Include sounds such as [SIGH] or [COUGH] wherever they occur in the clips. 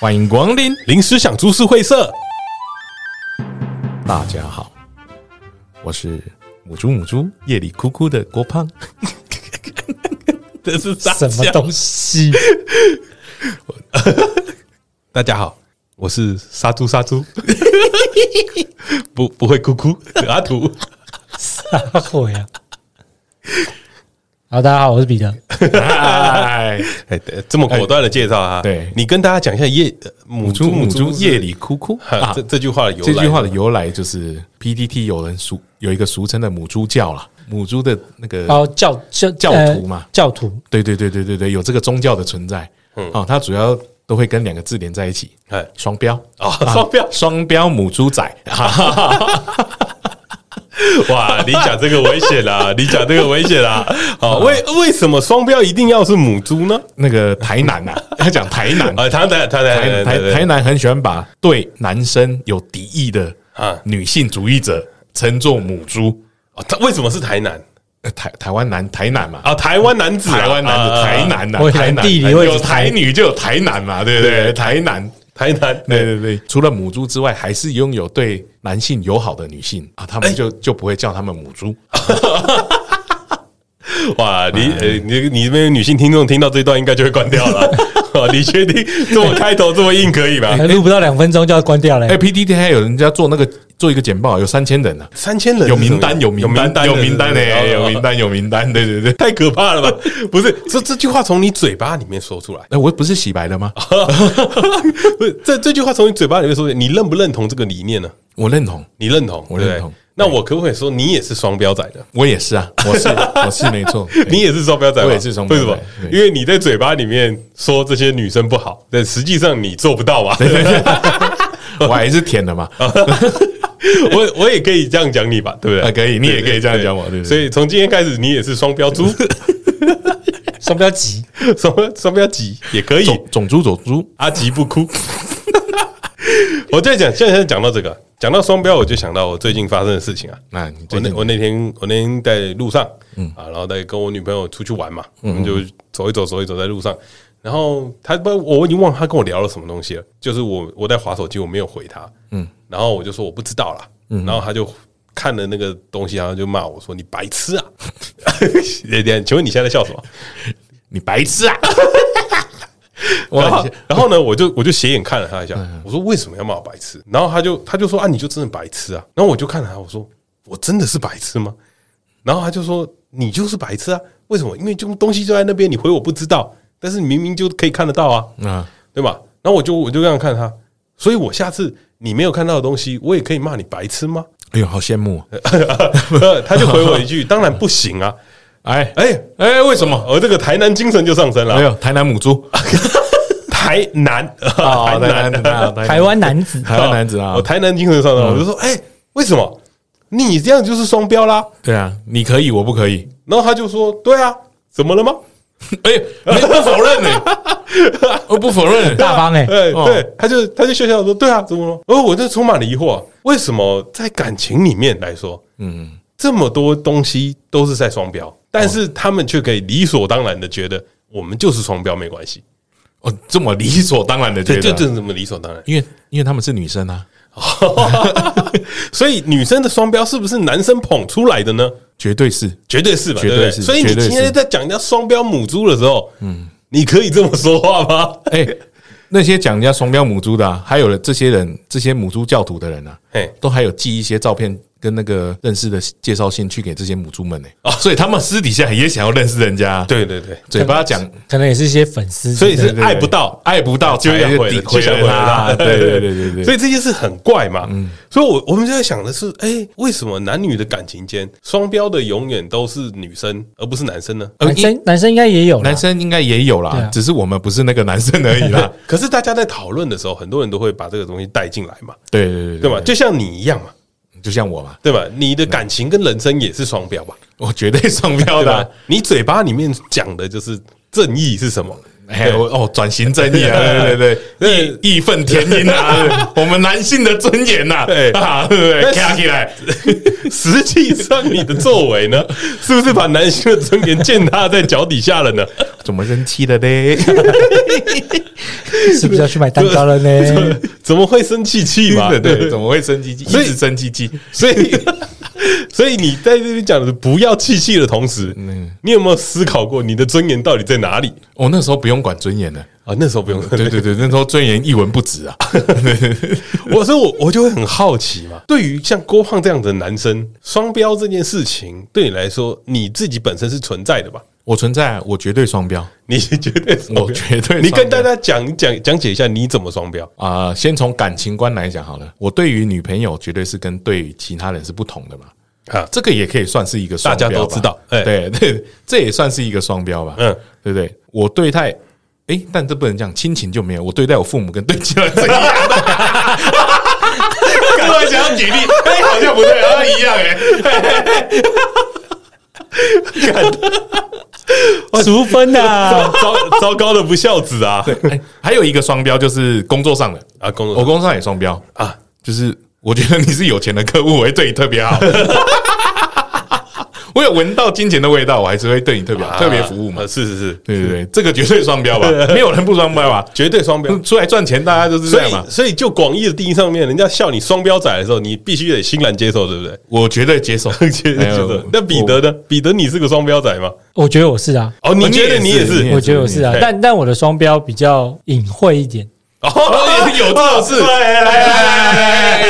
欢迎光临临时想株式会社，大家好，我是母猪母猪夜里哭哭的郭胖，这是大什么家东西？大家好，我是杀猪杀猪， [LAUGHS] 不不会哭哭的阿土，大火 [LAUGHS] 呀！啊好，大家好，我是彼得。哎，哎，这么果断的介绍啊！对你跟大家讲一下夜呃母母猪猪母母猪猪夜夜里里哭哭 [LAUGHS] 啊，啊这，这句话的由这来，句话的由来就是 PDT 有人俗有一个俗称的母猪教啦，母猪的那个哦，教教教呃徒嘛教徒对对对对对对，有这个宗教的存在。嗯，哦，它主要都会跟两个字连在一起，哎双标哦啊双标双标母猪仔啊，哇，你讲这个危 [LAUGHS] 险啦，你讲这个危险啦！好，为为什么双标一定要是母猪呢？那个台南啊， [LAUGHS] 要讲台南，啊，他在他台在台台南很喜欢把对男生有敌意的啊女性主义者称作母猪，哦，他为什么是台南呃台台湾男台南嘛，啊？台湾男子啊，台湾男啊的台，南呐，我以为台南地理位置有台女就有台南嘛，对不对？台南。台南，对对对，除了母猪之外，还是拥有对男性友好的女性啊，他们就就不会叫他们母猪。哎哇，你呃，你你这边女性听众听到这段应该就会关掉 [LAUGHS] 了。哦你确定这么开头这么硬可以吗？还录不到两分钟就要关掉了哎、。p d t 还有人家做那个做一个简报，有三千人呢、啊。三千人有名单，有名单，有名单哎，有名单，哦单，有名单，对对对。太可怕了吧？ [LAUGHS] 不是，这这句话从你嘴巴里面说出来，哎，我不是洗白的吗？不是这这句话从你嘴巴里面说出来，你认不认同这个理念呢？我认同，你认同，我对不对认同。那我可不可以说你也是双标仔呢？我也是 [LAUGHS] 啊，我是我是没错。对你也是双标仔吧，我也是双标仔为什么？对因为你在嘴巴里面说这些女生不好，但实际上你做不到 [LAUGHS] 嘛。我还是舔的嘛？ [LAUGHS] 我我也可以这样讲你吧，对不对？啊可以你也可以这样讲我对对对所以从今天开始，你也是双标 [LAUGHS] 猪，双标急，双标双标吉也可以。哎种种猪种猪，阿吉不哭。我在讲，现在讲到这个，讲到双标，我就想到我最近发生的事情啊。那你最我近嗯那我那天我那天在路上，啊，然后在跟我女朋友出去玩嘛，我们就走一走走一走在路上，然后她不知道我已经忘了她跟我聊了什么东西了，就是我我在划手机，我没有回她，嗯，然后我就说我不知道啦，嗯然后她就看了那个东西，然后就骂我说你白痴啊， [LAUGHS] 等一下请问你现在在笑什么？你白痴 [LAUGHS] 啊！然后我嗯然后呢，我就我就斜眼看了他一下，我说为什么要骂我白痴？然后他就他就说啊，你就真的白痴啊！然后我就看了他，我说我真的是白痴吗？然后他就说你就是白痴啊！为什么？因为就东西就在那边，你回我不知道，但是你明明就可以看得到啊，啊，对吧？然后我就我就这样看他，所以我下次你没有看到的东西，我也可以骂你白痴吗？ [LAUGHS] 哎呦，好羡慕哦！他就回我一句，当然不行啊！哎哎，哎，为什么？我这个台南精神就上升哎了，呦，台南母猪 [LAUGHS] 台南， [LAUGHS] [LAUGHS] 啊，[LAUGHS] 台台南南。台南台湾男子台湾男子啊我，哦台南精神上的，我就说，哎、为什么你这样就是双标啦？对啊，你可以，我不可以。 [LAUGHS] 然后他就说，对啊，怎么了吗？哎，你不否认呢？ [LAUGHS] 我不否认，大方哎，哎、哦对，他就他就笑笑说，对啊，怎么了？而我就充满了疑惑、啊，为什么在感情里面来说，嗯，这么多东西都是在双标，但是哦他们却可以理所当然的觉得我们就是双标没关系，哦，这么理所当然的觉对，得，啊就就这么理所当然。 [LAUGHS] 因为因为他们是女生啊，所以女生的双标是不是男生捧出来的呢？绝对是。绝对是吧，绝对对不对？是所以你绝对今是天在讲人家双标母猪的时候，嗯，你可以这么说话吗？ [LAUGHS] 哎，那些讲人家双标母猪的啊，还有了这些人，这些母猪教徒的人啊，嘿，都还有寄一些照片跟那个认识的介绍信去给这些母猪们呢、啊，所以他们私底下也想要认识人家、对对对，嘴巴讲，可能也是一些粉丝，所以对是对对爱不到，爱不到就才想是毁了诋就毁想毁了他，了 [LAUGHS] 对对对对嗯对，所以这件事很怪嘛。所以我我们就在想的是，哎，为什么男女的感情间双标的永远都是女生而不是男生呢？呃男一生男生应该也有啦，男生应该也有啦对啊，只是我们不是那个男生而已啦。可是大家在讨论的时候，很多人都会把这个东西带进来嘛， [LAUGHS] 对对对对吧？就像你一样嘛，就像我嘛，对吧？你的感情跟人生也是双标吧，我绝对双标对的吧啊。？你嘴巴里面讲的就是正义是什么？哎，我哦，转型正义啊，对对对，义义愤填膺 [LAUGHS] 啊，我们男性的尊严呐，对啊，对不 [LAUGHS] 对？但是卡起来， [LAUGHS] 实际上你的作为呢，是不是把男性 [LAUGHS] 的尊严践踏在脚底下了呢？怎么生气了嘞？是不是要去买蛋糕 [LAUGHS] 了呢？怎么会生气气嘛？对对，怎么会生鸡鸡？所一以直生鸡鸡，所以， [LAUGHS] 所以你在这边讲的不要气气的同时，嗯你有没有思考过你的尊严到底在哪里我哦那时候不用管尊严了。啊？那时候不用， [LAUGHS] 对对对，那时候尊严一文不值 [LAUGHS] 啊。 [LAUGHS] 我所以我我就会很好奇嘛。对于像郭胖这样的男生，双标这件事情，对你来说，你自己本身是存在的吧？我存在，我绝对双标你是绝对双标，我绝对你跟双标大家讲讲讲解一下，你怎么双标？啊、先从感情观来讲好了，我对于女朋友绝对是跟对于其他人是不同的嘛。啊，这个也可以算是一个双大标家吧都知道哎对 [LAUGHS] 对，这也算是一个双标吧，嗯嗯，对不对？我对待，哎、但这不能讲亲情就没有，我对待我父母跟对其他人是一样 [LAUGHS] 的。突然想要举例，哎、好像不对，好像一样哎、淑 [LAUGHS] 芬呐，糟糟糟糕的不孝子啊！对，哎还有一个双标就是工作上的，啊，工我作工作上也双标，啊，就是我觉得你是有钱的客户，我会对你特别好。我有闻到金钱的味道，我还是会对你特别好，啊特别服务嘛啊。是是是，对对对，这个绝对双标吧，没有人不双标吧？绝对双标。出来赚钱，大家都是这所样嘛以，。所以就广义的定义上面，人家笑你双标仔的时候，你必须得欣然接受，对不对？我绝对接受，接哎呦受。那彼得呢？彼得，你是个双标仔吗？我觉得我是啊，哦，你哦你觉得也你是也你是也？我觉得我是啊对，但但我的双标比较隐晦一点。哦，有这种事？来来来来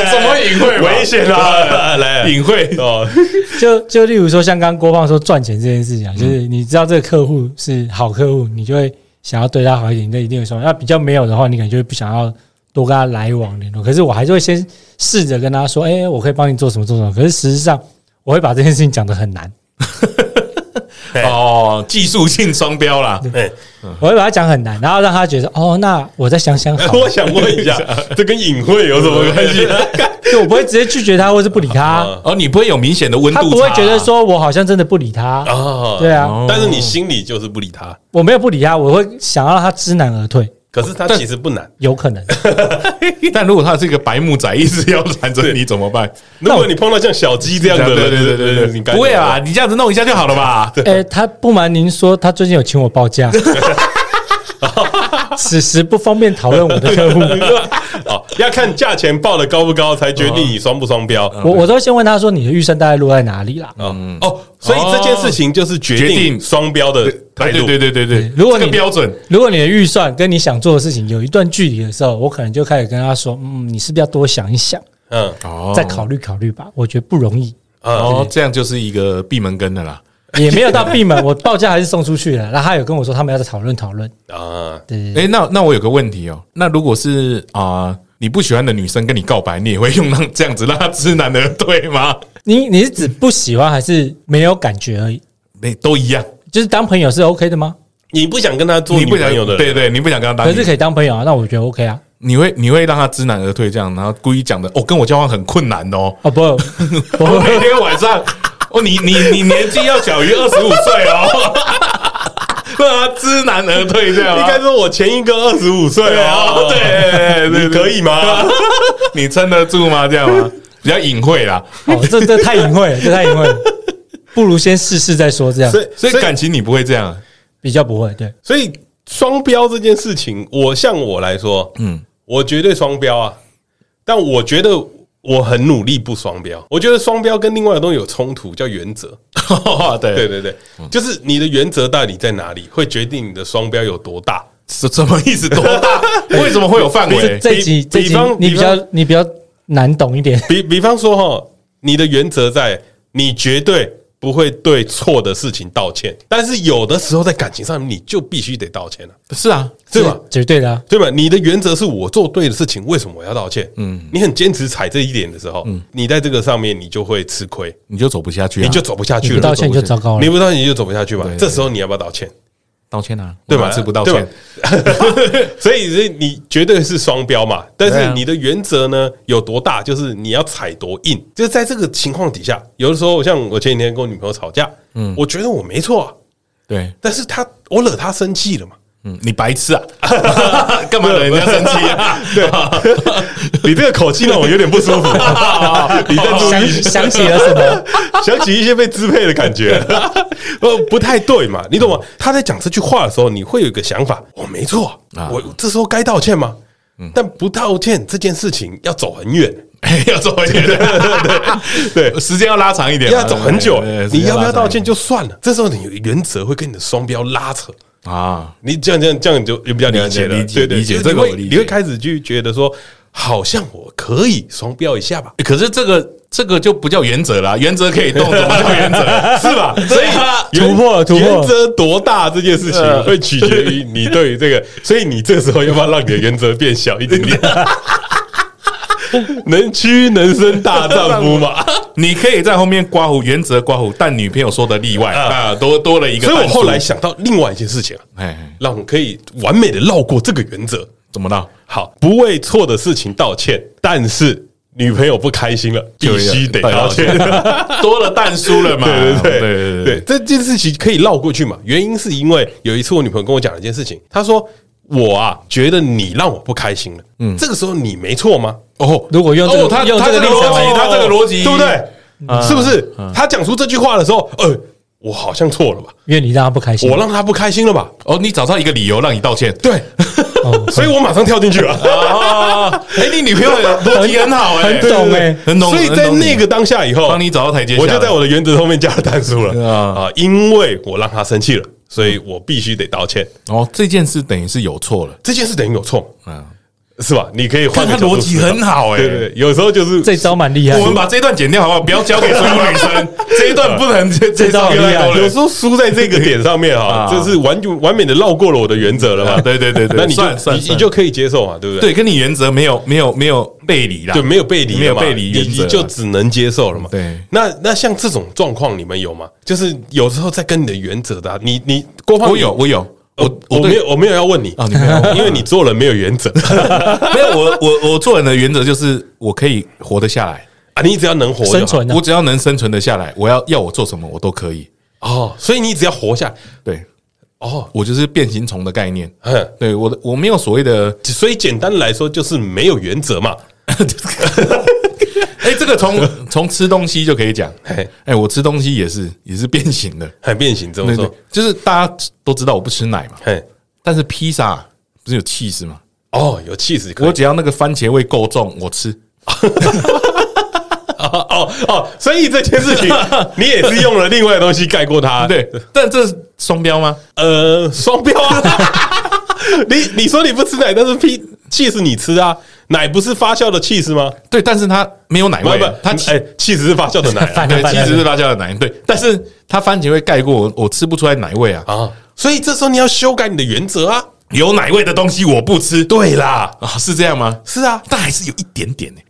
来怎么隐晦嘛危险啊！来我隐晦哦，就就例如说，像刚刚郭胖说赚钱这件事情啊，就是你知道这个客户是好客户，你就会想要对他好一点，那一定有双标。那比较没有的话，你可能就会不想要多跟他来往联络。可是我还是会先试着跟他说，哎、我可以帮你做什么做什么。可是实际上，我会把这件事情讲得很难，对哦，技术性双标啦。哎，我会把它讲很难，然后让他觉得哦，那我再想想好了，我想问一下，这跟隐晦有什么关系？就我不会直接拒绝他，或是不理他，哦，你不会有明显的温度他差，不会觉得说我好像真的不理他。哦，对啊，哦但是你心里就是不理他，我没有不理他，我会想要让他知难而退，可是他但其实不难。有可能。 [LAUGHS] 但如果他是一个白目仔，一直要拦着你怎么办？如果你碰到像小鸡这样的人，对对对对你对，该不会啊，，你这样子弄一下就好了吧？ [LAUGHS] 哎、他不瞒您说，他最近有请我报价，此时不方便讨论我的客户。 [LAUGHS] 哦，要看价钱报的高不高，才决定你双不双标。嗯我我都先问他说你的预算大概落在哪里啦？哦哦，所以这件事情就是决哦决定定双标的态对度。对对对对，如果这你个标准，如果你的预算跟你想做的事情有一段距离的时候，我可能就开始跟他说，嗯，你是不是要多想一想，嗯哦再考虑考虑吧？我觉得不容易，啊，哦，这样就是一个闭门羹的啦。也没有到闭 [LAUGHS] 门，我报价还是送出去了。然后他有跟我说他们要再讨论讨论，啊，对对对。哎，那那我有个问题哦，那如果是啊，你不喜欢的女生跟你告白，你也会用让这样子让她知难而退吗？你你是指不喜欢还是没有感觉而已？那都一样，就是当朋友是 OK 的吗？你不想跟他做你女不想朋友的人，对对，你不想跟她当可女朋是友，可以当朋友啊，那我觉得 OK 啊。你会你会让她知难而退这样，然后故意讲的，哦，跟我交往很困难哦，哦不， [LAUGHS] 不我每天晚上，哦，你你你年纪要小于二十五岁哦， [LAUGHS] 让她知难而退这样应该吗？说我前一个二十五岁哦，啊对你对啊可以吗？ [LAUGHS] 你撑得住吗？这样吗？比较隐晦啦， [LAUGHS] 哦，这这太隐晦了，这太隐 [LAUGHS] 晦了，不如先试试再说，这样所以所所以以感情你不会这样啊，比较不会对。所以双标这件事情，我像我来说，嗯，我绝对双标啊，但我觉得我很努力不双标。我觉得双标跟另外的东西有冲突，叫原则。 [LAUGHS] 对 [LAUGHS] 对对对，就是你的原则到底在哪里，会决定你的双标有多大。什什么意思？多大？为什么会有范 [LAUGHS] 这围？这集比这比集方你比比较你比较难懂一 [LAUGHS] 点，比比方说哈，你的原则在你绝对不会对错的事情道歉，但是有的时候在感情上面你就必须得道歉了、是啊，对吧？是绝对的啊。对吧？你的原则是我做对的事情，为什么我要道歉？嗯，你很坚持踩这一点的时候，嗯你在这个上面你就会吃亏，你就走不下去啊，你就走不下你去不道了。歉就糟糕你了，不道歉你就走不下去嘛对？对这时候你要不要道歉？道歉啊，对我吧？哪次不道歉？对吧 [LAUGHS] 所以，所以你绝对是双标嘛。但对是啊你的原则呢，有多大，就是你要踩多硬。就是在这个情况底下，有的时候像我前几天跟我女朋友吵架，嗯，我觉得我没错、啊，对，但是她我惹她生气了嘛，嗯，你白痴啊！ [LAUGHS] 干嘛惹人家生气啊？你这个口气让我有点不 [LAUGHS] 舒服，哦 [LAUGHS] 你在注想意想起了 [LAUGHS] 什么？想起一些被支配的感觉，呃，不太对嘛，你懂吗？他在讲这句话的时候，你会有一个想法，我没错啊，嗯我这时候该道歉吗？但不道歉这件事情要走很 [LAUGHS] 远，要走一点，对对， [LAUGHS] 时间要拉长一点嘛，要走很久对对对。你要不要道歉时间就算了，这时候你有原则会跟你的双标拉扯。拉长一点啊？你这样这样这样你就就比较理解了，理解对对理解就是你这个我会理解你会开始就觉得说，好像我可以双标一下吧，可是这个这个就不叫原则啦，原则可以动， [LAUGHS] 怎么叫原则？ [LAUGHS] [LAUGHS] 是吧？所以啊原突破了突破了原则多大这件事 [LAUGHS] 情会取决于你对于这个，所以你这时候要不要让你的原则变小一点 [LAUGHS] 点？能屈能伸大丈夫 [LAUGHS] 嘛？你可以在后面刮胡原则刮胡，但女朋友说的例外啊，多多了一个所以半数。我后来想到另外一件事情啊，哎，哎，让我可以完美的绕过这个原则。怎么了？好，不为错的事情道歉，但是女朋友不开心了，必须得道歉。 [LAUGHS] 多了蛋输了嘛？对对对对对对，这件事情可以绕过去嘛？原因是因为有一次我女朋友跟我讲了一件事情，她说我啊觉得你让我不开心了，嗯，这个时候你没错吗？哦，如果用这个哦他用他这个这立个场逻来辑，他这个逻辑对不对？嗯是不是？她讲出这句话的时候，呃，我好像错了吧？因为你让他不开心，我让她不开心了吧？哦，你找到一个理由让你道歉。对，哦所以我马上跳进去了。啊，哎，你女朋友逻辑很好，哎，很懂哎、很懂。所以在那个当下以后，帮你找到台阶下我了，就在我的原则后面加了单数了啊啊，因为我让她生气了，所以我必须得道歉。哦，这件事等于是有错了。这件事等于有错吗，嗯，是吧？你可以换看个他角度逻辑思考很好，哎，对对，对有时候就是这招蛮厉害我们的。把这一段剪掉好不好？不要交给所有女生， [LAUGHS] 这一段不能这这招很厉害有时候输在这个点上 [LAUGHS] 面啊，这是完全完美的绕过了我的原则了嘛？对对对对那你就算算你算你就可以接受嘛，对不对？对，跟你原则没有没有没有背离啦，就没有背离了嘛，没有背离你原则你啦就只能接受了嘛。对那那像这种状况，你们有吗？就是有时候在跟你的原则的啊，你你郭胖，我有我有呃，我我对没有我没有要问你哦你没有要问， [LAUGHS] 因为你做人没有原则 [LAUGHS] 没有我我我做人的原则就是我可以活得下来，啊，你只要能活就好生存啊我只要能生存得下来，我要要我做什么我都可以。哦，所以你只要活下对哦，我就是变形虫的概念，嗯，对我的我没有所谓的，所以简单来说就是没有原则嘛。哎、这个从从吃东西就可以讲，哎嘿、我吃东西也是也是变形的，很变形，怎么对对说？，就是大家都知道我不吃奶嘛，嘿，但是披萨不是有气势吗？哦，有气势，可以我只要那个番茄味够重，我吃。哦哦哦，所以这件事 [LAUGHS] 情你也是用了另外的东西盖过它，啊对，但这是双标吗？呃，双标啊！ [LAUGHS] 你你说你不吃奶，但是屁气死你吃啊！奶不是发酵的气死吗？对，但是它没有奶不味不，，它哎它其哎，气死是发酵的 [LAUGHS] 奶啊 [LAUGHS] 反对，了反其了实是辣椒的奶，对，但是它番茄味盖过我，我吃不出来奶味啊。啊！所以这时候你要修改你的原则啊！有奶味的东西我不吃。对啦，啊，是这样吗？是啊，但还是有一点点呢、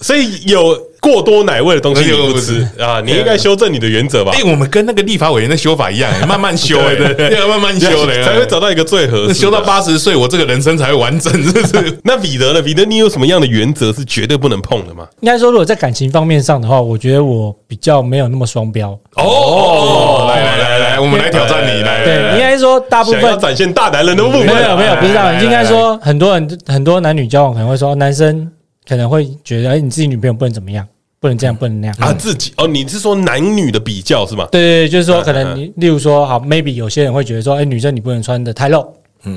所以有过多奶味的东西那就你不不吃吃啊，你应该修正你的原则吧 [LAUGHS] 哎、？我们跟那个立法委员的修法一样、哎 [LAUGHS] 慢慢修、哎，对对对，要慢慢修的、 [LAUGHS] 才会找到一个最合适哎的。修到八十岁，我这个人生才会完整，是不是？那彼得呢？彼得，你有什么样的原则是绝对不能碰的吗？应该说，如果在感情方面上的话，我觉得我比较没有那么双标。哦，来来来来，我们来挑战你，来来对，应来，该说大部想要哎分展现大男人的部分，没有没有，不是这来来样，来应该说很多人很多男女交往可能会说，哦男生可能会觉得，哎，你自己女朋友不能怎么样，不能这样，不能那样啊，自己哦，你是说男女的比较是吗？ [LAUGHS] 对对对，就是说，可能你，例如说，好，maybe 有些人会觉得说，哎，女生你不能穿的太露，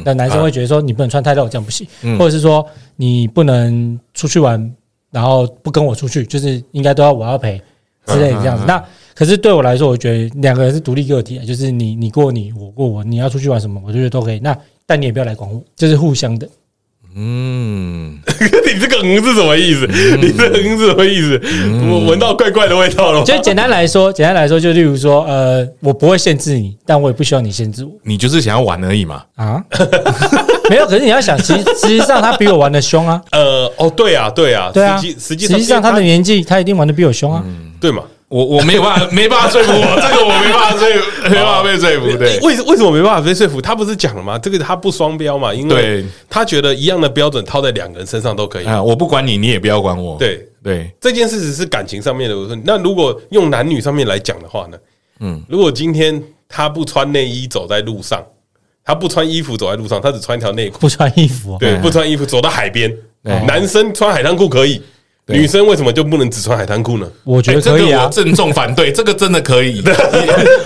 那男生会觉得说你不能穿太露，这样不行，或者是说你不能出去玩，然后不跟我出去，就是应该都要我要陪之类的这样子。那可是对我来说，我觉得两个人是独立个体，啊就是你你过你，我过我，你要出去玩什么，我觉得都可以。那但你也不要来管我，这是互相的。嗯，你这个“嗯”是什么意思？你这个“嗯”是什么意思？我闻到怪怪的味道了。就简单来说，简单来说，就例如说，呃，我不会限制你，但我也不希望你限制我。你就是想要玩而已嘛。啊， [LAUGHS] 没有。可是你要想，其实实际上他比我玩的凶啊，呃，哦，对啊，对啊，对啊。实际实实际上嗯上他的年纪，他一定玩的比我凶啊。对嘛？我我没有办法， [LAUGHS] 没办法说服我，这个我没办法说服，没办法被说服。对，为为什么没办法被说服？他不是讲了吗？这个他不双标啊嘛，因为对他觉得一样的标准套在两个人身上都可以。啊，我不管你，你也不要管我。对，对，哎这件事只是感情上面的。我说，那如果用男女上面来讲的话呢？嗯，如果今天他不穿内衣走在路上，他不穿衣服走在路上，他只穿一条内裤。不穿衣服、哦，对，不穿衣服走到海边，男生穿海滩裤可以，女生为什么就不能只穿海滩裤呢？我觉得可以这个啊我，哎郑重反对，这个真的可 [LAUGHS] 以，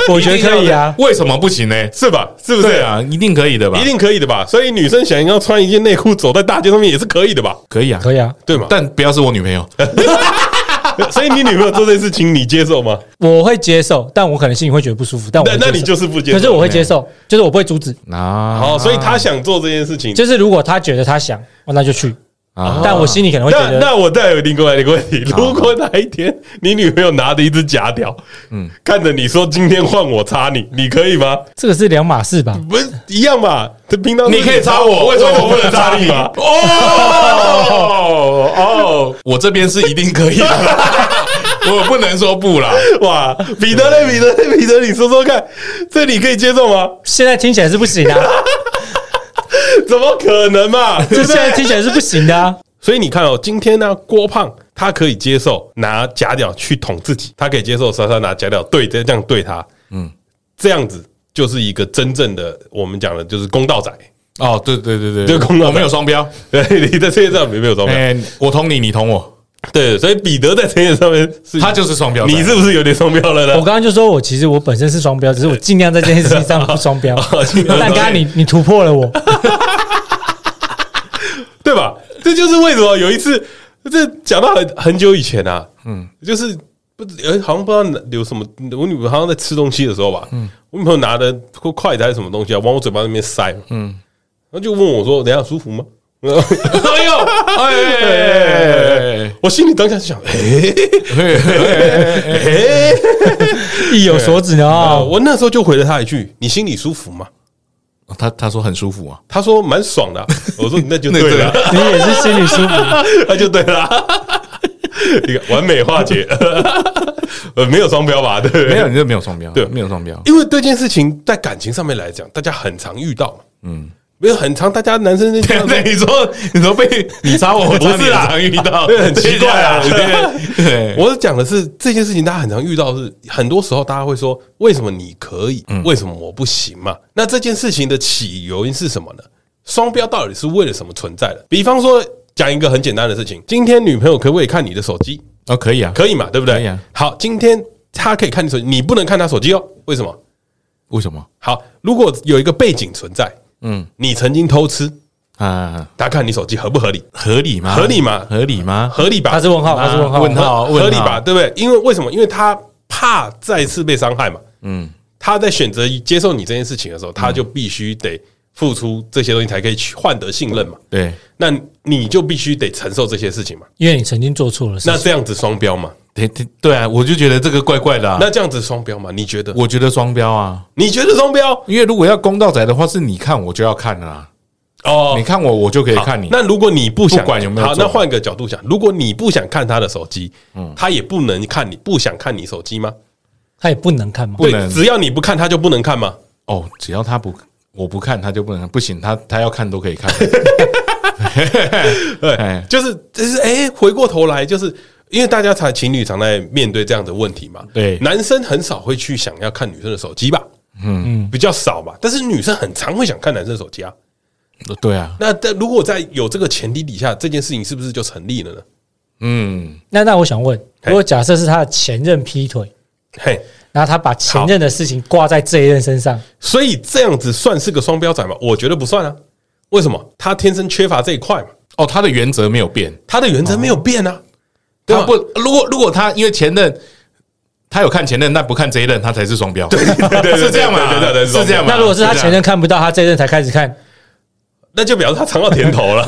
我觉得可以啊。为什么不行呢？是吧？是不是对？啊，一定可以的吧？一定可以的吧？所以女生想要穿一件内裤走在大街上面也是可以的吧？可以啊，可以啊，对吗？但不要是我女朋友。 [LAUGHS] 所以你女朋友做这件事情，你接受吗？我会接受，但我可能心里会觉得不舒服。但我那会那接你受就是不接受。哎可是我会接受，就是我不会阻止。啊哦，所以他想做这件事情，就是如果他觉得他想，哦那就去。啊但我心里可能会觉那得，那我再有另外一个问题，如果哪一天你女朋友拿着一只假屌，嗯，看着你说今天换我插你，你可以吗？这个是两码事吧？不是一样嘛？这平常你可以插我，为为什什么么我我不不能能插插你你？嘛？哦哦，我这边是一定可以的， [LAUGHS] 我不能说不啦。 [LAUGHS] 哇，彼得嘞，彼得嘞，彼得，你说说看，这你可以接受吗？现在听起来是不行的啊， [LAUGHS] 怎么可能嘛？这现在听起来是不行的啊。所以你看哦，今天呢、郭胖他可以接受拿假屌去捅自己，他可以接受莎莎拿假屌对这样对他，嗯，这样子就是一个真正的我们讲的就是公道仔。 [LAUGHS] 哦，对对对对，就公道我们有双标。对，你在这件事上面没有装备。哎，我捅你，你捅我，对，所以彼得在这件事上面是，他就是双标仔。你是不是有点双标了我呢？刚刚就说我其实我本身是双标，只是我尽量在这件事情上不 [LAUGHS] 双标。哦但刚刚你你突破了我，对吧？这就是为什么有一次，这讲到很很久以前啊，嗯，就是不知呃好像不知道有什么，我女朋友好像在吃东西的时候吧，嗯，我女朋友拿的筷子还是什么东西啊，往我嘴巴那边塞，嗯，然后就问我说：“等一下舒服吗？” [LAUGHS] 哎呦，哎，我心里当下就想， [LAUGHS] 哎、哎意有所指呢啊，哦。我那时候就回了他一句：“你心里舒服吗他他说很舒服啊？”，他说：“蛮爽的啊、我说：“ [LAUGHS] 那就对对了了。”你也是心里舒服， [LAUGHS] 那就对了，一个完美化解， [LAUGHS] 呃，没有双标吧？对不对，没有，你这没有双标，对没有双 [LAUGHS] 标。因为这件事情在感情上面来讲，大家很常遇到嘛，嗯，没有很常，大家男生之间 [LAUGHS] 对，你说你说 [LAUGHS] 被你插我，我不插是你啦常遇到， [LAUGHS] 对很奇怪啊对 [LAUGHS] 对，我讲的是这件事情，大家很常遇到是，很多时候大家会说，为什么你可以，为什么我不行嘛？那这件事情的起由因是什么呢？双标到底是为了什么存在的？比方说，讲一个很简单的事情，今天女朋友可不可以看你的手机？哦可以啊，可以嘛？对不对？可以啊好，今天她可以看你手机，你不能看她手机哦。为什么？为什么好，如果有一个背景存在，嗯嗯，你曾经偷吃，啊？她看你手机合不合理？合理吗？合理吗合理吗？合理吧？他是问号，他是问号，问号，合问理号吧？？对不对？因为为什么？因为他怕再次被伤害嘛。嗯，他在选择接受你这件事情的时候，他就必须得付出这些东西，才可以去换得信任嘛。对，那你就必须得承受这些事情嘛。因为你曾经做错了事那情。这样子双标嘛？对对对啊，我就觉得这个怪怪的啊。那这样子双标嘛？你觉得？我觉得双标啊，你觉得双标？因为如果要公道仔的话，是你看我就要看了啊，哦你，看我我就可以看你。那如果你不想不管有没有好，做那换个角度想，如果你不想看他的手机，他也不能看你不想看你手机吗？他也不能看嘛。不能对只要你不看，他就不能看吗？哦，只要他不我不看，他就不能看不行，他他要看都可以看。 [LAUGHS] 对哎，就是就是哎、回过头来，就是因为大家常情侣常在面对这样的问题嘛。对男生很少会去想要看女生的手机吧？嗯，比较少吧。但是女生很常会想看男生的手机啊。对啊，那但如果在有这个前提底下，这件事情是不是就成立了呢？嗯，那那我想问，嘿如果假设是他的前任劈腿，嘿，然后他把前任的事情挂在这一任身上，所以这样子算是个双标仔吗？我觉得不算啊。为什么？他天生缺乏这一块嘛，哦，他的原则没有变，他的原则没有变啊。对他吧不如果如果他因为前任。他有看前任，但不看这一任，他才是双标，是这样嘛？对对对对是这样嘛？那如果是他这样前任看不到，他这一任才开始看，那就表示他尝到甜头了，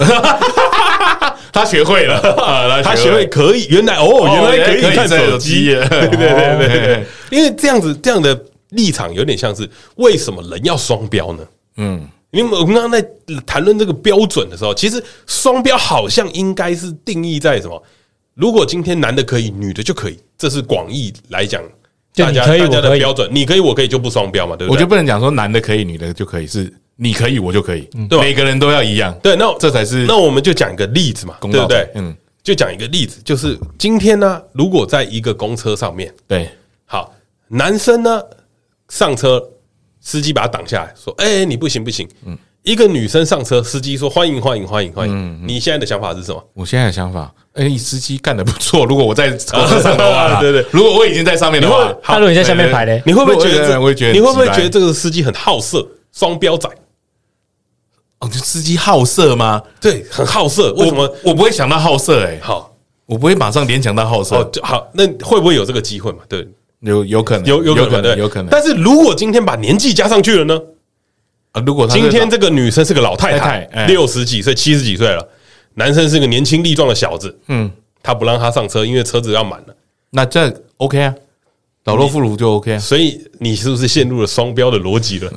他学会了， [LAUGHS] 啊他学会可以，原来哦，哦原来原来可可以以看看手手机哦机，耶对对对对对，因为这样子这样的立场有点像是为什么人要双标呢？嗯，因为我们刚刚在谈论这个标准的时候，其实双标好像应该是定义在什么？如果今天男的可以，女的就可以，这是广义来讲，就大家你可以大家我的可以标准，你可以我可以就不双标嘛，对不我对就？不能讲说男的可以，女的就可以，是你可以，我就可以，对吧每个人都要一样，对，那这才是那我们就讲一个例子嘛，公对道不对？嗯嗯，就讲一个例子，就是今天呢，如果在一个公车上面，对，好，男生呢上车司机把他挡下来，说：“哎、你不行不行。”嗯一个女生上车，司机说：“欢迎欢迎欢迎欢迎。嗯你现在的想法是什么？我现在的想法，哎，司机干的不错。 [LAUGHS] 如果我在高速上的话， [LAUGHS] 对对对如果我已经在上面的话你会，那如果你在下面排嘞你会不会我觉得这？我也觉得，你会不会觉得这个司机很好色、双标仔？哦，就司机好色吗？对，很好色。为什么？我我不会想到好色？哎，好欸我不会马上联想到好哦色，，就好，那会不会有这个机会嘛？对，有有可能，有有可可能，对能，有可能。但是如果今天把年纪加上去了呢？啊，如果他今天这个女生是个老太太太太哎，六十几岁、七十几岁了，男生是个年轻力壮的小子，嗯，他不让他上车，因为车子要满了。那这 OK 啊，老弱妇孺就 OK 啊。所以你是不是陷入了双标的 [LAUGHS] 逻辑了？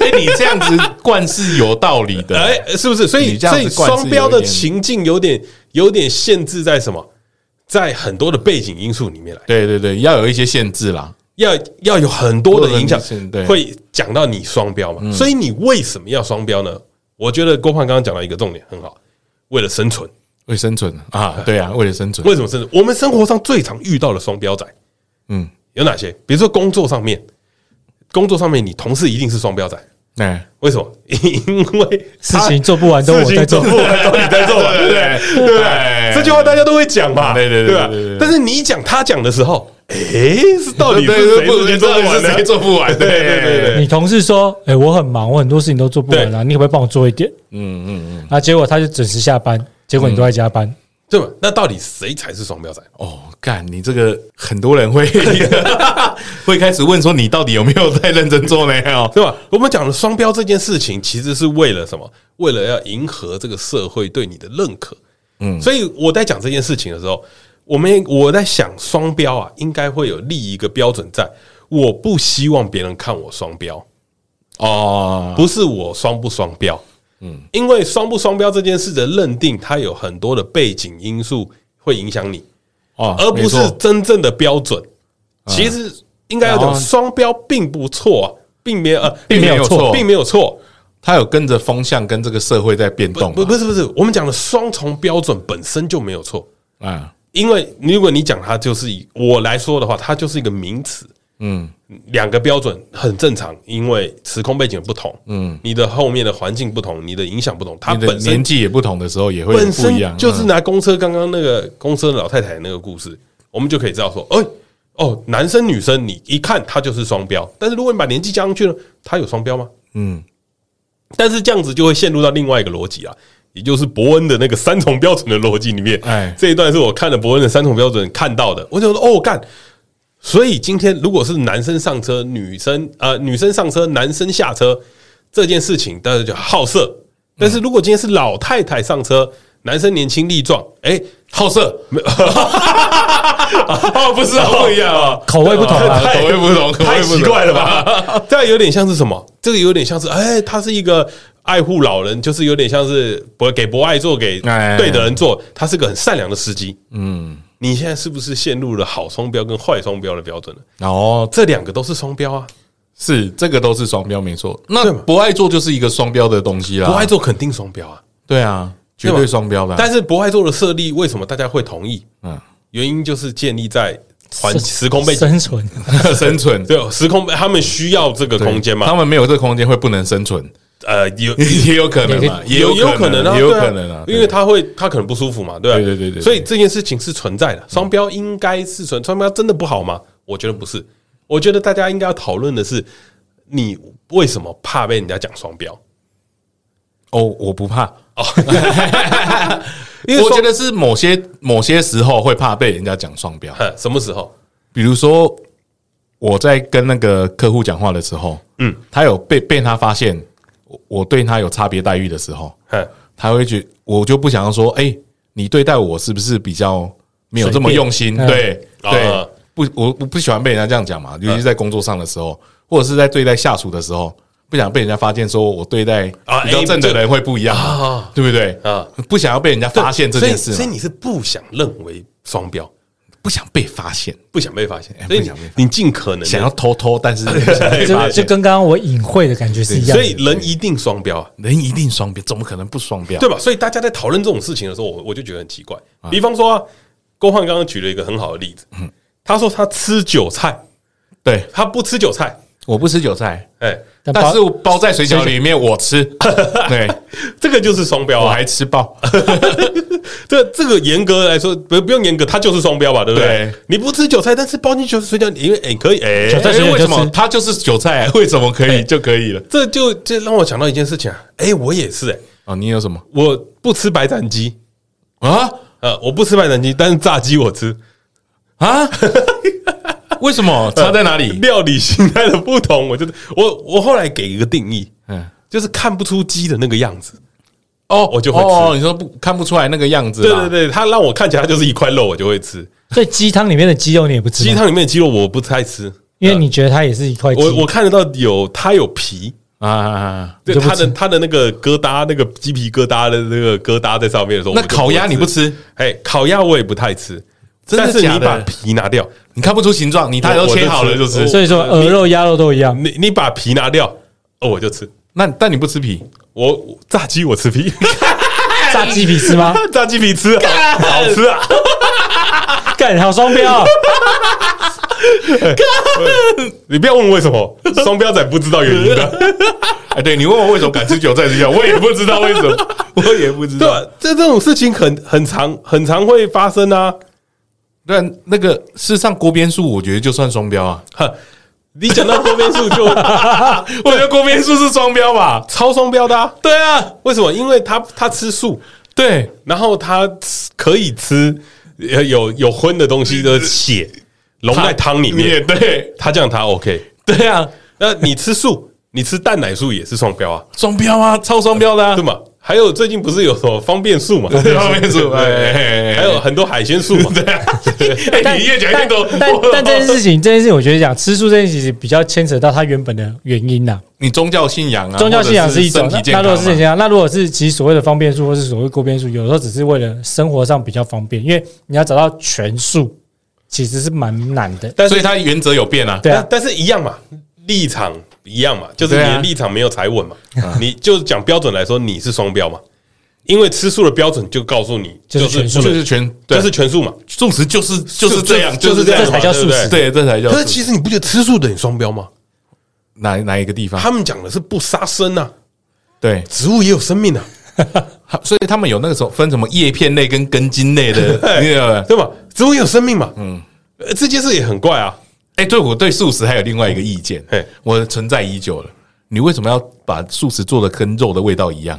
哎，你这样子惯是有道理的。哎，是不是？所以你这样子所以惯是双标的有一点情境有点有点限制在什么？在很多的背景因素里面来， [LAUGHS] 对对对，要有一些限制啦。要要有很多的影响多的影响对，嗯会讲到你双标嘛。所以你为什么要双标呢？我觉得郭胖刚刚讲到一个重点很好，为了生存。为生存啊，对啊，为了生存，为什么生存？我们生活上最常遇到的双标仔嗯，有哪些？比如说工作上面，工作上面你同事一定是双标仔，哎，为什么？因为事他情做不完都我事情在做做，不完都 [LAUGHS] 你在做嘛，对不对？对不对这句话大家都会讲嘛，对对对对吧对对对对但是你讲他讲的时候，诶，是到底对是谁不事情做到不底完是呢谁做不完？对对对对你同事说：“哎、我很忙，我很多事情都做不完啊，你可不可以帮我做一点嗯嗯嗯，？”啊，结果他就准时下班，结果你都在加班，对吧？那到底谁才是双标仔？哦，干，你这个很多人会 [LAUGHS] 会开始问说你到底有没有在认真做呢？哦，对吧？我们讲的双标这件事情，其实是为了什么？为了要迎合这个社会对你的认可。嗯，所以我在讲这件事情的时候，我们我在想双标啊，应该会有立一个标准在。我不希望别人看我双标，哦，不是我双不双标。嗯，因为双不双标这件事的认定，它有很多的背景因素会影响你，哦，而不没是错啊真正的标准。其实应该要然讲后双标并不错啊，并没有呃，并没有错并没有错。他有跟着风向跟这个社会在变动不嘛，不是不是，我们讲的双重标准本身就没有错，啊，因为如果你讲它就是以我来说的话，它就是一个名词，嗯，两个标准很正常，因为时空背景不同，嗯，你的后面的环境不同，你的影响不同，它你的啊本年身纪也不同的时候也会本不一样，身就是嗯拿公车刚刚那个公车老太太那个故事，我们就可以知道说，哎。哦，男生女生，你一看他就是双标，但是如果你把年纪加上去呢，他有双标吗？嗯，但是这样子就会陷入到另外一个逻辑啊，也就是伯恩的那个三重标准的逻辑里面。哎哎，这一段是我看了伯恩的三重标准看到的，我就说哦干。所以今天如果是男生上车，女生呃女生上车，男生下车这件事情，大家就好色。但是如果今天是老太太上车，男生年轻力壮，哎、好色，没有哦，不是啊，不一样 [LAUGHS] 啊，口味不同啊。太口味不同，口味太不同奇怪了？ [LAUGHS] 吧？这样有点像是什么？这个有点像是，哎，他是一个爱护老人，就是有点像是不给博爱做，给哎对的人做。他是个很善良的司机。嗯，你现在是不是陷入了好双标跟坏双标的标准了？哦，这两个都是双标啊！是这个都是双标，没错。那对嘛不爱做就是一个双标的东西啦，博爱做肯定双标啊，对啊，绝对对嘛双标啊的啊。但是博爱做的设立，为什么大家会同意？嗯，原因就是建立在环生时空背景，生存，生存对时空背，他们需要这个对空间他嘛？们没有这个空间会不能生存， [LAUGHS] 呃，有也有可能嘛，也有有可能啊，也有对可能啊，因为他会他可能不舒服嘛，对吧对对对对对嗯所以这件事情是存在的，双标应该是存，双标真的不好吗？我觉得不是，我觉得大家应该要讨论的是，你为什么怕被人家讲双标？哦，我不怕。哦 [LAUGHS] 因为哦我双觉得是某些某些时候会怕被人家讲双标，哼什么时候？比如说我在跟那个客户讲话的时候，嗯，他有被被他发现我我对他有差别待遇的时候，哼他会觉我就不想要说，哎、你对待我是不是比较没有这么用心？随便对对啊，不，我我不喜欢被人家这样讲嘛，尤其是在工作上的时候，或者是在对待下属的时候，不想被人家发现说我对待啊比较正的人会不一样嘛，对不对？啊啊，不想要被人家发现这件事所以所以嘛，你是不想认为双标，不想被发现，不想被发现，哎所以不你想被发你尽可能地想要偷偷，但是不想 [LAUGHS] 被就发就现。跟刚刚我隐晦的感觉是一所样的。以人一定双标啊。人一定双标，怎么可能不双标？对吧？所以大家在讨论这种事情的时候，我我就觉得很奇怪。比方说、啊，郭焕嗯刚刚举了一个很好的例子，他说他吃韭菜，对他不吃韭菜，我不吃韭菜，哎，但但包是我包在水饺里面我 [LAUGHS] 吃，对这个就是双标我啊！还吃爆。这这个严格来说，不不用严格，它就是双标吧，对不对对？你不吃韭菜，但是包进去水饺，因为哎可以哎，韭菜水哎饺为就什吃么它就是韭菜？啊 [LAUGHS] 为什么可以就可以了？这就这让我想到一件事情啊，哎，我也是哎，哦，你有什么我不吃白斩鸡，啊呃，我不吃白斩鸡，但是炸鸡我吃，啊？ [LAUGHS] 为什么 [LAUGHS] 差在哪里？ [LAUGHS] 料理形态的不同，我就我我后来给一个定义，嗯，就是看不出鸡的那个样子。哦，我就会吃哦，你说不看不出来那个样子，对对，对，它让我看起来就是一块肉，我就会吃。所以鸡汤里面的鸡肉你也不吃吗，鸡汤里面的鸡肉我不太吃，因为你觉得它也是一块鸡，我我看得到有它有皮，啊啊啊，啊对就不它的吃它的那个疙瘩，那个鸡皮疙瘩的那个疙瘩在上面的时候，那我就烤鸭你不？吃，哎，烤鸭我也不太吃，真的但是假你的把皮拿掉，你看不出形状，你它我都我切就好吃了就吃我。所以说鹅肉、鸭肉都一样。你你把皮拿掉，哦，我就吃。那但你不吃皮，我我炸鸡我吃皮，炸鸡皮 [LAUGHS] 吃吗？ [LAUGHS] 炸鸡皮吃好好吃啊！干，好双标啊！你不要问为 [LAUGHS] 什么，双标仔不知道原因啊的，哎，对你问我为什么敢吃韭菜水饺，我也不知道为什 [LAUGHS] 么，我也不知对道。吧？这这种事情很很常很常会发生啊。对啊，那个事实上锅边素，我觉得就算双标啊。哼你讲到锅边素 [LAUGHS] 就？我觉得锅边素是双标吧超双标的、啊，对啊，为什么？因为他他吃素，对，然后他吃可以吃呃有有荤的东西的血融在汤里你也面，对，他这样他 OK。对啊，那你吃素，你吃蛋奶素也是双标啊，双标啊，超双标的啊 [LAUGHS] 对。吗？还有最近不是有什么方便素嘛？ [LAUGHS] 方便素哎哎哎哎还有很多海鲜素 [LAUGHS] 嘛？对 [LAUGHS] 啊，哎，你越讲越多，但但这件 [LAUGHS] 事情，这件事情，我觉得讲吃素这件事情比较牵扯到它原本的原因呐、你宗教信仰啊，宗教信仰或者是是一种，身那体健那康如嘛果是这啊样，那如果是其实所谓的方便素或是所谓锅边素，有时候只是为了生活上比较方便，因为你要找到全素其实是蛮难的。但 [LAUGHS] 所以是它原则有变啊。对啊但，但是一样嘛，立场一样嘛，就是你对的啊立场没有踩稳嘛。你就讲标准来说，你是双标嘛？因为吃素的标准就告诉你，就是全素就是全，对就啊是全素嘛。素食就是就是这样，就就是是这这样样嘛，这才叫对不素食对对，这才叫可是素嗯其实你不觉得吃素的很双标吗？哪哪一个地方？他们讲的是不杀生啊，对，植物也有生命啊，他所以他们有那个时候分什么叶片类跟根茎类 [LAUGHS] 的那个。对吧？植物也有生命嘛，嗯，这件事也很怪啊。哎，对我对素食还有另外一个意见嘿，我存在已久了。你为什么要把素食做的跟肉的味道一样？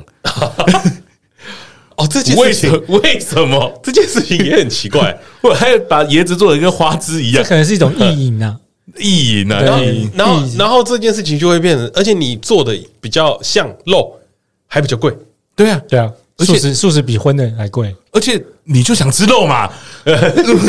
哦，这件为事什么情，为什么？这件事情也很奇怪。 [LAUGHS] 我还有把椰子做的跟花枝一这样，可能是一种意淫啊呐、意淫对啊！意淫然后意，义然后这件事情就会变成，而且你做的比较像肉，还比较贵。对啊，对啊，而素且食素食比荤的还贵。而且你就想吃肉嘛， [LAUGHS]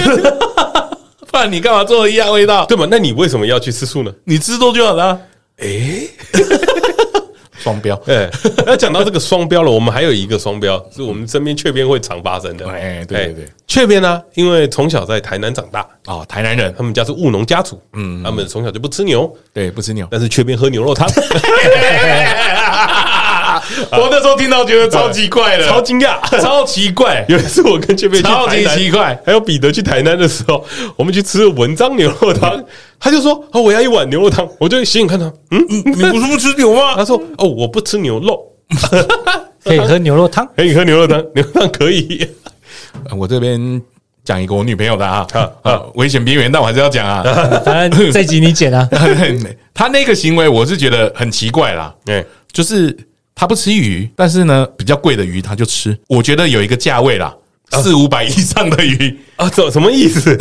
不然你干嘛做一样味道？对吗？那你为什么要去吃素呢？你吃肉就好了、哎， [LAUGHS] 双标，哎， [LAUGHS] 那讲到这个双标了，我们还有一个双标，是我们身边雀边会常发生的。哎对对对哎，雀边呢，因为从小在台南长大，哦，台南人他们家是务农家族，嗯，他们从小就不吃牛，对不吃牛，但是雀边喝牛肉汤， [LAUGHS] 我那时候听到觉得超奇怪的，超惊讶。 [LAUGHS] [LAUGHS] 超奇怪，有一次我跟雀边去超台级南，奇怪，还有彼得去台南的时候，我们去吃文章牛肉 [LAUGHS] 汤，他就说：“哦，我要一碗牛肉汤。”我就醒醒看他，嗯，你不是不吃牛吗？他说：“哦，我不吃牛肉，可以喝牛 [LAUGHS] 肉汤，可以喝牛肉汤， [LAUGHS] 牛肉汤可以。” [LAUGHS] 我这边讲一个我女朋友的 [LAUGHS] 啊啊，啊，危险边缘，但我还是要讲 [LAUGHS] 啊。。反正这集你剪啊他那个行为，我是觉得很奇怪啦。哎，就是他不吃鱼，但是呢，比较贵的鱼他就吃。我觉得有一个价位啦，啊四五百以上的 [LAUGHS] 鱼，啊，怎什么意 [LAUGHS] 思？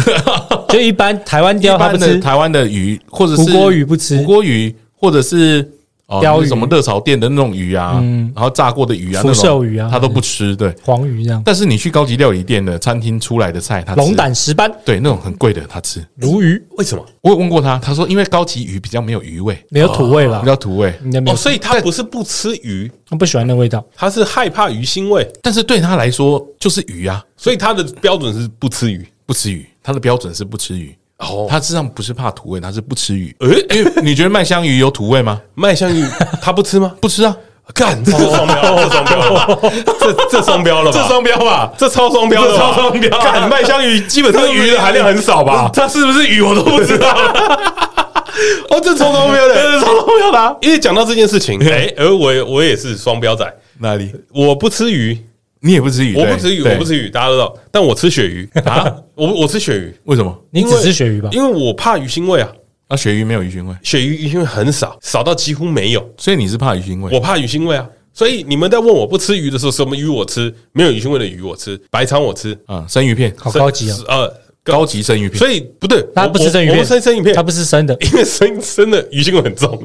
就一般台湾一雕它不般的吃，台湾的鱼或者是胡锅鱼不吃胡锅鱼或者是。哦那鲷鱼嗯是什么热炒店的那种鱼啊，然后炸过的鱼啊，福那种寿鱼啊他都不吃。对，黄鱼这样，但是你去高级料理店的餐厅出来的菜，他吃龙，胆石斑、对，那种很贵的他吃。鲈鱼为什么？我有问过他，他说因为高级鱼比较没有鱼味，没有土味吧比？较土味，应该哦，没有，所以他不是不吃鱼，他不喜欢那味道。他是害怕鱼腥味，但是对他来说就是鱼啊，所以他的标准是不吃鱼。不吃鱼，他的标准是不吃鱼。哦，他实际上不是怕土味，他是不吃鱼。因为你觉得麦香鱼有土味吗？麦香 [LAUGHS] 鱼他不吃吗？不吃啊，干，这是双标，这双标了吧， [LAUGHS] 这这双标了吧？标吧？这超双标的吧，这超双标干麦香鱼基本这 [LAUGHS] 上个鱼鱼的的含含量很量 [LAUGHS] 很少少吧吧？？它是不是鱼我都不知道。哦，这超双 [LAUGHS] 标的，这是超重要的啊、 [LAUGHS] 因为讲到这件事情，哎、而我也我也是双标仔，哪里？我不吃鱼，你也不吃鱼，我对不吃鱼，对我不吃鱼，大家都知道，但我吃鳕鱼啊，我我吃鳕鱼，为什么？你只因为吃鳕鱼吧？因为我怕鱼腥味啊，啊，鳕鱼没有鱼腥味，鳕鱼鱼腥味很少，少到几乎没有，所以你是怕鱼腥味。我怕鱼腥味啊。所以你们在问我不吃鱼的时候，什么鱼我吃？没有鱼腥味的鱼我吃，白鲳我吃，啊，生鱼片，好高级啊！呃，高级生鱼片，所以不对，他我不吃生鱼我我片，不吃生鱼片他，不吃生的。因为生生的鱼腥味很重。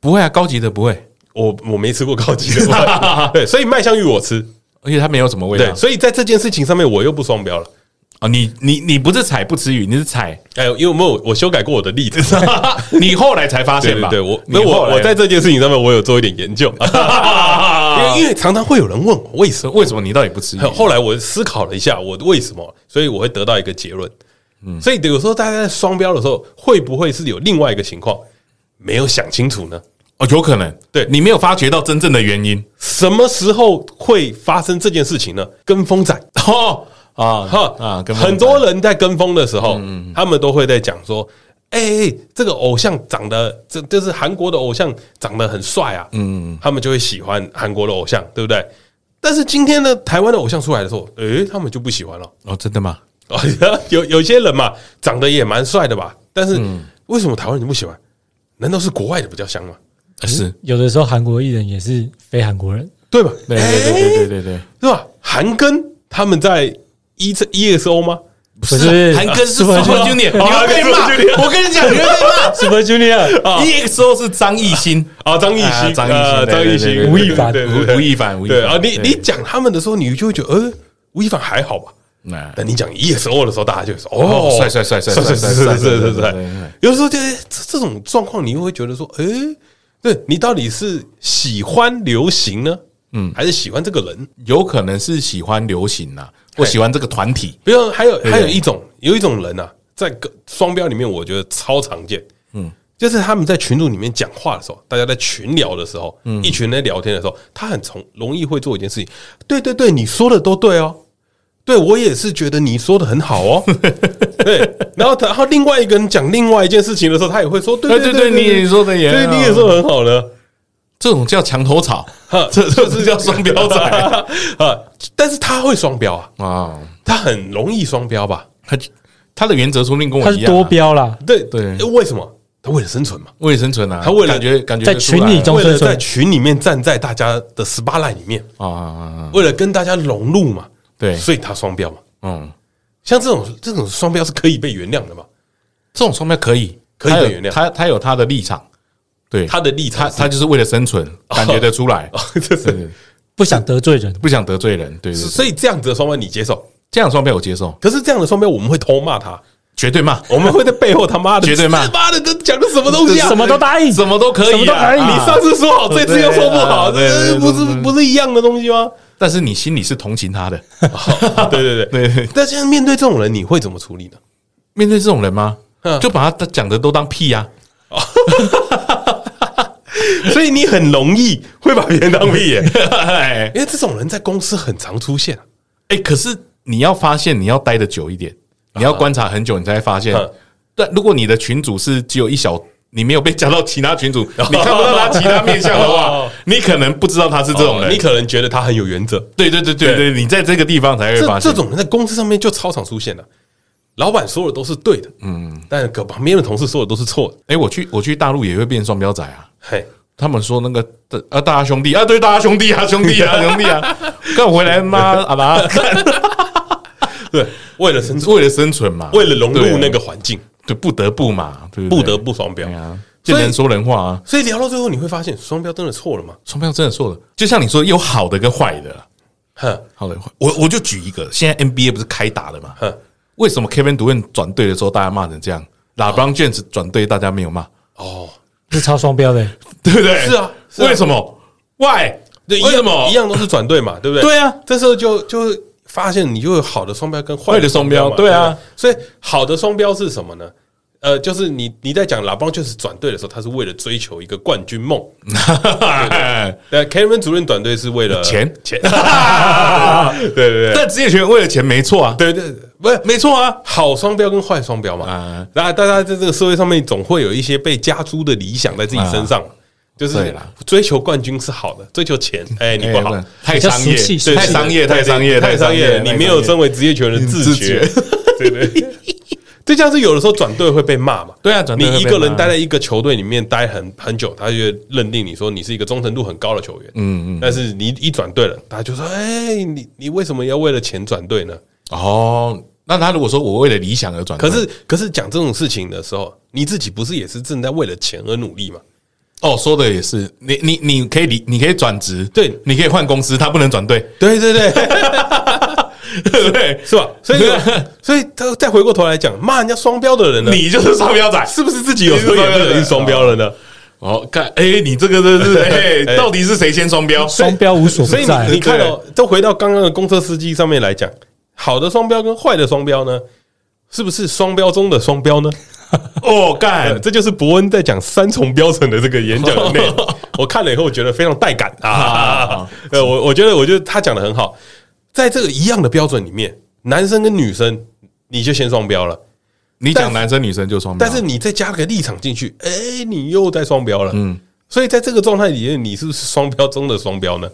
不会啊，高级的不会，我我没吃过高 [LAUGHS] 级的，对，所以麦香鱼我吃，而且它没有什么味对，道。所以在这件事情上面我又不双标了。啊，你你你不是踩不吃鱼，你是 [LAUGHS] 踩，哎，因为我没有我修改过我的例 [LAUGHS] 子，你后来才发对现对啊吧？对，我你那后我来啊我在这件事情上面我有做一点 [LAUGHS] 研究，因为因为常常会有人问我为什么，为什么你到底不吃鱼？后来我思考了一下我为什么，所以我会得到一个结论。嗯所以有时候大家在双标的时候，会不会是有另外一个情况没有想清楚呢？哦，有可能，对你没有发觉到真正的原因什么时候会发生这件事情呢？跟风仔 [LAUGHS] 哦啊哈啊，跟嗯很多人在跟风的时候，他们都会在讲说。哎、哎这个偶像长得，这就是韩国的偶像长得很帅啊，嗯，他们就会喜欢韩国的偶像，对不对？但是今天呢，台湾的偶像出来的时候，哎、他们就不喜欢了。 [LAUGHS] 哦，真的吗？哦，有有些人嘛，长得也蛮帅的吧，但是嗯为什么台湾人不喜欢？难道是国外的比较香吗？啊是，有的时候韩国艺人也是非韩国人，对吧？对对对对对对对，是吧？韩庚他们在 E E S O 吗？不是韩庚是 Super Super Junior，你会被哦骂，Super Junior，我跟你讲，你会被骂。 Super Junior， EXO 是张艺兴，啊，张艺啊兴，张艺呃兴对张艺对对兴，对吴亦凡对对对吴吴亦凡吴亦凡对啊，你对你讲他们的时候，你就会觉得，呃，吴亦凡还好吧？那但你讲 EXO 的时候，大家就会说，哦哦，帅帅帅帅帅帅帅帅帅帅帅帅帅帅帅帅对对对。有时候就是这这种状况，你又会觉得说，哎，对你到底是喜欢流行呢，嗯，还是喜欢这个人？有可能是喜欢流行呐，或嘿喜欢这个团体。比如还有对还有一种有一种人啊，在个双标里面，我觉得超常见。嗯，就是他们在群组里面讲话的时候，大家在群聊的时候，嗯一群人在聊天的时候，他很从容易会做一件事情。对对对，你说的都对哦。对，我也是觉得你说的很好 [LAUGHS] 哦。对，然后然后另外一个人讲另外一件事情的时候，他也会说，对哎对对对你也说得也对，很好你也说得很好呢。这种叫墙头草哈，这这是叫双标 [LAUGHS] 仔啊！但是他会双标啊，啊！他很容易双标吧？他他的原则说不定跟我他一是样啊，多标啦，对对为什么？他为了生存嘛，为了生存啊，他为了感觉感觉在就出来群里了中为了生存在群里面站在大家的 s p a l i g h t 里面，啊啊啊，啊为了跟大家融入嘛，对，所以他双标嘛。嗯，像这种这种双标是可以被原谅的嘛？这种双标可以可以他有原谅他他有他的立场，对他的立场他是，他就是为了生存，感觉得出来，他这对是 [LAUGHS] 对不想得罪人。不想得罪人，对对，对所以这样子的双标你接受，这样的双标我接受，可是这样的双标我们会偷骂他， [LAUGHS] 绝对骂，我们会在背后他妈的绝对骂他妈的这讲的什么东西啊？什么都答应，什么都可什么以都可以啊，你啊上次说好，这次又说不好，对啊对这对不是对不是一样的东西吗？ [LAUGHS] 但是你心里是同情他的，对对 [LAUGHS] 对。对对，对但现在面对这种人，你会怎么处理呢？面对这种人吗嗯？就把他讲的都当屁啊呀，所以你很容易会把别人当 [LAUGHS] 屁眼，哎因为这种人在公司很常出现啊。哎，可是你要发现，你要待的久一点，你要观察很久，你才会发现嗯。但如果你的群主是只有一小，你没有被加到其他群主，你看不到他其他面相的哦话，你可能不知道他是这种哦人你。可能觉得他很有原则。对对对对对，你在这个地方才会这发现这种人在公司上面就超常出现的，老板说的都是对的，嗯，但可旁边的同事说的都是错的。哎、我去我去大陆也会变双标仔啊！嘿，他们说那个啊，大家兄弟啊，对，大家兄弟啊， [LAUGHS] 兄弟啊，兄弟啊，干回来妈 [LAUGHS] 啊啦，干对，为了生存，为了生存嘛，为了融对入啊那个环境，对，不得不嘛，对不对得不双标对。啊，所以见人说人话啊，所以聊到最后，你会发现双标真的错了吗？双标真的错了，就像你说，有好的跟坏的，哼好的坏，我我就举一个，现在 NBA 不是开打了嘛？哼，为什么 Kevin Durant 转队的时候大家骂成这样，拉布朗 James 转队大家没有骂，哦，是超双标的。对不对？是啊是啊为什么？Why？对，一为什样么 [LAUGHS] 一？样都是转队嘛，对不对？对啊，这时候就就发现你就有好的双标跟坏坏的双标嘛对啊不所以好的双标是什么呢？呃，就是你你在讲 LeBron 就是转队的时候，他是为了追求一个冠军梦。那 Kevin 主任转队是为了 [LAUGHS] 钱钱，对对对 [LAUGHS] 但职业球员为了钱没错啊，对对对，不是没错啊，好双标跟坏双标嘛啊。那大家在这个社会上面，总会有一些被加诸的理想在自己身上，就是啊对啦追求冠军是好的，追求钱，哎，你不好。哎太商业比较俗气，对太商业，对太商业，太商业了！你没有身真为职业球员的自觉自， [LAUGHS] 对对。就像是有的时候转队会被骂嘛，对啊转队会你被一骂个人待在一个球队里面待很很久，他就会认定你说你是一个忠诚度很高的球员，嗯嗯，但是你一转队了，大家就说，哎，你你为什么要为了钱转队呢？哦。那他如果说我为了理想而转可队，是可是讲这种事情的时候，你自己不是也是正在为了钱而努力吗？哦，说的也是，你你你可以离，你可以转职，对你可以换公司，他不能转队， [LAUGHS] 对对对，对不 [LAUGHS] 对？是吧？所以所以他再回过头来讲，骂人家双标的人呢，你就是双标仔，是不是自己有时候也不小心双标了呢？哦，看，哎，你这个真 [LAUGHS] 是，哎哎，到底是谁先双标？双标无所不所以在你你。看哦，都回到刚刚的公车司机上面来讲，好的双标跟坏的双标呢，是不是双标中的双标呢？哦，哎， [LAUGHS] 干，这就是伯恩在讲三重标准的这个演讲的内容。 [LAUGHS] 我看了以后，我觉得非常带感啊 [LAUGHS] 啊！呃，我我觉得，我觉得他讲的很好。在这个一样的标准里面，男生跟女生你就先双标嗯了，你但讲是男生女生就双标，但是你再加个立场进去，哎，你又在双标了。嗯，所以在这个状态里面，你是不是双标中的双标呢？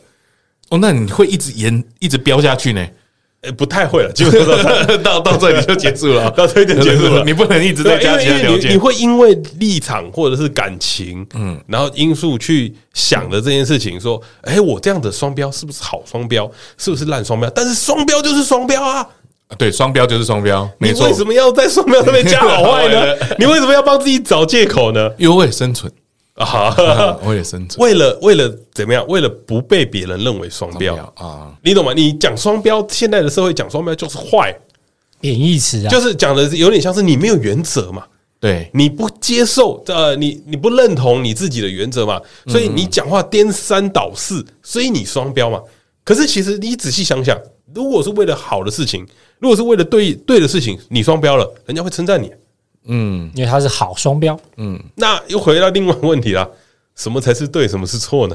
哦，那你会一直延一直标下去呢？哎，不太会了，基本上 [LAUGHS] 到这里到 [LAUGHS] 到这里就结束了， [LAUGHS] 到这里就结束了你不能一直对，在加其因他为因条为你你件。会因为立场或者是感情，嗯，然后因素去想的这件事情，说，哎，我这样的双标是不是好双标，是不是烂双标？但是双标就是双标啊，对，双标就是双标，你没错为。什么要在双标上面加 [LAUGHS] 好坏好坏呢？你为什么要帮自己找借口呢？因为为了生 [LAUGHS] 存，啊，为了生存， [LAUGHS] 为了为了怎么样？为了不被别人认为双标，啊，你懂吗？你讲双标，现在的社会讲双标就是坏，贬义词啊，就是讲的有点像是你没有原则嘛。对，你不接受，呃，你你不认同你自己的原则嘛，嗯所以你讲话颠三倒四，所以你双标嘛。可是其实你仔细想想，如果是为了好的事情，如果是为了对对的事情，你双标了，人家会称赞你。因为它是好双标，那又回到另外一个问题啦，什么才是对，什么是错呢？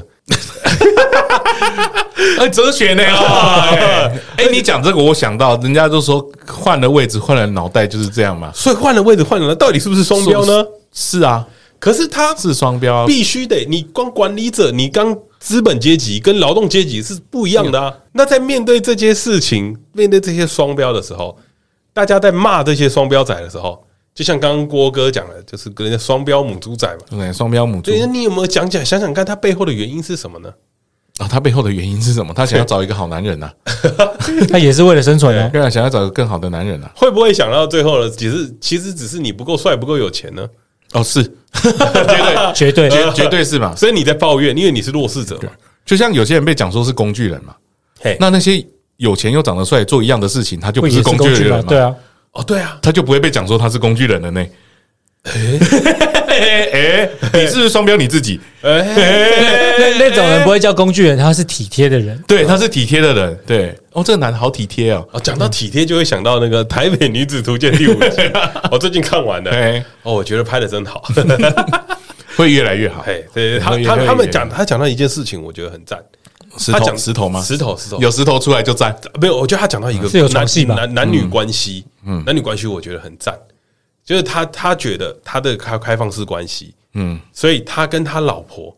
哎，哲 [LAUGHS] 学呢？哎，你讲这个，我想到人家都说换了位置，换了脑袋就是这样嘛。所以换了位置换了，到底是不是双标呢？是啊，可是他是双标啊。必须得，你光管理者，你刚资本阶级跟劳动阶级是不一样的啊。那在面对这些事情，面对这些双标的时候，大家在骂这些双标仔的时候，就像刚刚郭哥讲的，就是跟人家双标母猪仔嘛。对，双标母猪对，那你有没有讲讲想想看，它背后的原因是什么呢？啊，他背后的原因是什么？他想要找一个好男人呐，那也是为了生存啊。对啊，想要找一个更好的男人啊呐。会不会想到最后呢？只是其实只是你不够帅，不够有钱呢？哦，是， [LAUGHS] 绝绝对啊对，绝绝对是嘛。所以你在抱怨，因为你是弱势者嘛。就像有些人被讲说是工具人嘛嘿，那那些有钱又长得帅做一样的事情，他就不不也是是工工具具人吗嘛？？对，啊，哦，对啊，他就不会被讲说他是工具人了呢。 [LAUGHS] 哎，你是不是双标你自己？那那种人不会叫工具人，他是体贴的人。对，他是体贴的人。对，哦，这个男的好体贴哦。哦，讲到体贴就会想到那个《台北女子图鉴》第五集，我最近看完的。哎，哦，我觉得拍的 [LAUGHS] 真好。会越来越好。哎，对他会越他会越他们来讲他讲到一件事情，我觉得很赞。石他讲头石头吗？石头石头有石头出来就赞。没有，我觉得他讲到一个是有床男戏吧男男嗯女关系，男女关系我觉得很赞。就是他他觉得他的开开放式关系，嗯，所以他跟他老婆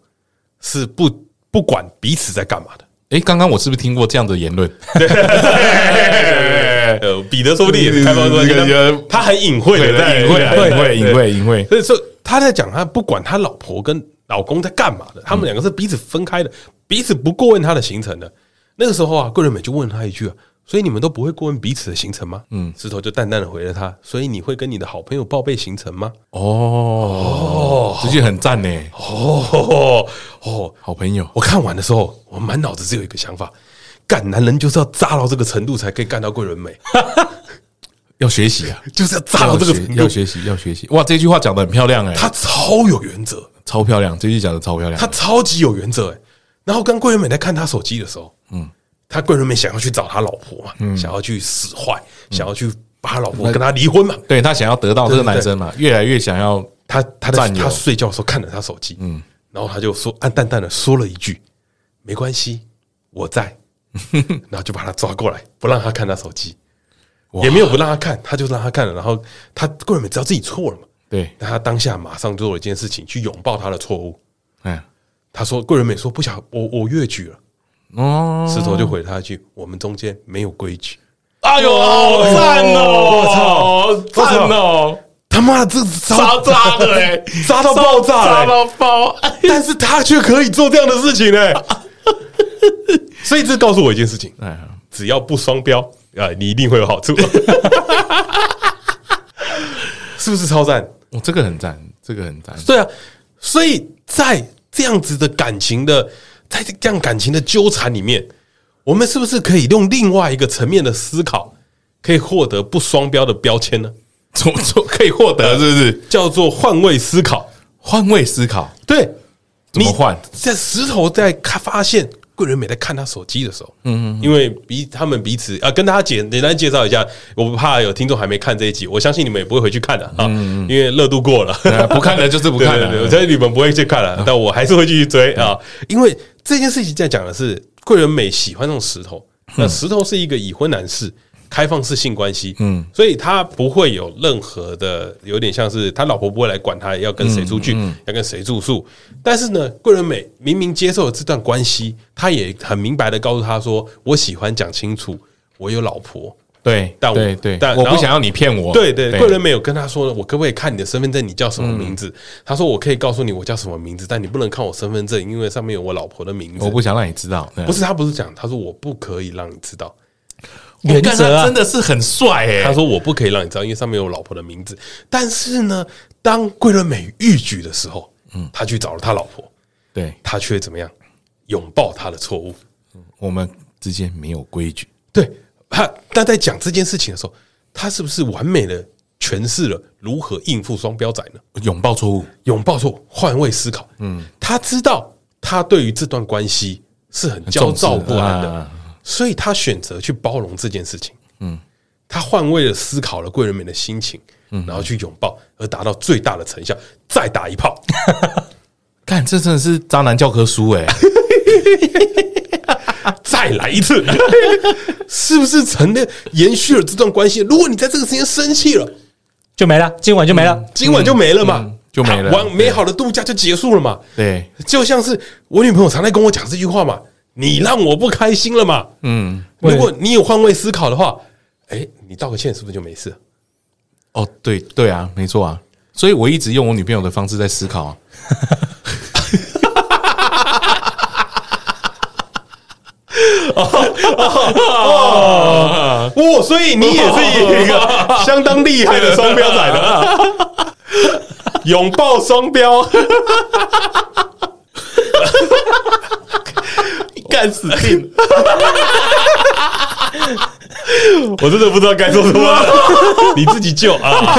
是不不管彼此在干嘛 [LAUGHS] 的。哎，刚刚我是不是听过这样的言论？呃，彼得说不定也是开放式关系这个但他，他很隐晦的在隐晦啊，对隐晦，对隐晦，隐晦。所以说他在讲他不管他老婆跟老公在干嘛的，他们两个是彼此分开的，彼此不过问他的行程的。那个时候啊，桂纶镁就问他一句啊，所以你们都不会过问彼此的行程吗？嗯，石头就淡淡的回了他，所以你会跟你的好朋友报备行程吗？哦，这句很赞呢，哦哦，好朋友。我看完的时候，我满脑子只有一个想法。干男人就是要渣到这个程度才可以干到桂纶镁，要学习啊，就是要渣到这个程要度。学习，要学习。哇，这句话讲的很漂亮哎，他超有原则，超漂亮，这句讲的超漂亮。他超级有原则哎、然后跟桂纶镁在看他手机的时候，嗯，他桂纶镁想要去找他老婆嘛，想要去使坏，想要去把他老婆跟他离婚嘛。对他想要得到这个男生嘛，越来越想要他他在占有他睡觉的时候看着他手机，嗯，然后他就说暗淡淡的说了一句：“没关系，我在。”然后就把他抓过来，不让他看他手机，也没有不让他看，他就让他看了。然后他根本知道自己错了嘛，对，但他当下马上做了一件事情，去拥抱他的错误。嗯，他说：“桂纶镁说不想我我越矩了。”哦，石头就回他一句：“我们中间没有规矩。哎呦，好赞哦！我操赞哦，”他妈的，这渣渣 [LAUGHS] 的哎，渣到爆炸嘞渣到爆！但是他却可以做这样的事情呢、欸 [LAUGHS] 所以这告诉我一件事情：哎呀，只要不双标啊，你一定会有好处。 [LAUGHS] 是不是超赞？我哦这个很赞，这个很 [LAUGHS] 赞，对啊，所以在这样子的感情的，在这样感情的纠缠里面，我们是不是可以用另外一个层面的思考，可以获得不双标的标签呢？从从可以获得是不是？叫做换位思考。换位思考，对，怎么换？在石头在看发现桂纶镁在看他手机的时候，嗯，因为彼他们彼此啊，跟大家简简单介绍一下，我不怕有听众还没看这一集，我相信你们也不会回去看的啊，因为热度过了，哎不看了就是不对看 [LAUGHS] 对对，我了，相信你们不会去看了，但我还是会继续追啊，因为这件事情在讲的是桂纶镁喜欢那种石头，那石头是一个已婚男士。开放式性关系，嗯，所以他不会有任何的，有点像是他老婆不会来管他要跟谁出去，要跟谁住宿。但是呢，桂纶镁明明接受了这段关系，他也很明白的告诉他说：“我喜欢讲清楚，我有老婆，对，但我对对，但我然不后想要你骗我，对对，贵人没有跟他说，我可不可以看你的身份证？你叫什么名字？他说我可以告诉你我叫什么名字，但你不能看我身份证，因为上面有我老婆的名字。我不想让你知道，不是他不是讲，他说我不可以让你知道，原干则他啊真，的是很帅哎、他说我不可以让你知道，因为上面有我老婆的名字。但是呢，当桂纶镁欲举的时候，嗯，他去找了他老婆，对他却怎么样拥抱他的错误。我们之间没有规矩，对他，但在讲这件事情的时候，他是不是完美的诠释了如何应付双标仔呢？拥抱错误，拥抱错，换位思考。嗯，他知道他对于这段关系是很焦躁不安很重视的啊，所以他选择去包容这件事情。嗯，他换位的思考了贵人们的心情，嗯然后去拥抱，而达到最大的成效。再打一炮， [LAUGHS] 看这真的是渣男教科书 [LAUGHS] 哎、再来一次， [LAUGHS] 是不是成了延续了这段关系？如果你在这个时间生气了，就没了，今晚就没了。今晚就没了嘛，嗯就没了完美好的度假就结束了嘛。对，就像是我女朋友常在跟我讲这句话嘛，你让我不开心了嘛。嗯，对如果你有换位思考的话，哎，你道个歉是不是就没事？哦，对对啊，没错啊，所以我一直用我女朋友的方式在思考、啊，哦，所以你也是一 [LAUGHS] 个相当厉害的双标仔的，拥抱双标，干死定！我真的不知道该说什么 [LAUGHS] 了，你自己救啊！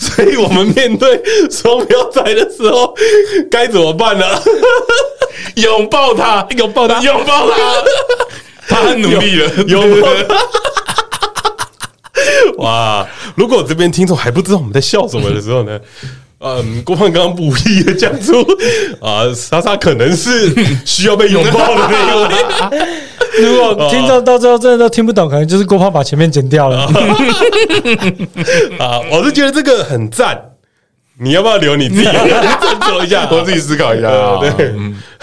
所以我们面对双标仔的时候，该怎么办呢？ [LAUGHS] 拥抱他，拥抱他，拥 [LAUGHS] 抱他，他很努力了，有吗？ [LAUGHS] 哇！如果这边听众还不知道我们在笑什么的时候呢， [LAUGHS] 嗯，郭胖刚刚不无意的讲出啊，莎莎可能是需要被拥抱的那一位。如果听众到最后真的都听不懂，可能就是郭胖把前面剪掉了。 [LAUGHS] 啊，我是觉得这个很赞。你要不要留你自 [LAUGHS] 己斟酌一下？我自己思考一下嗯啊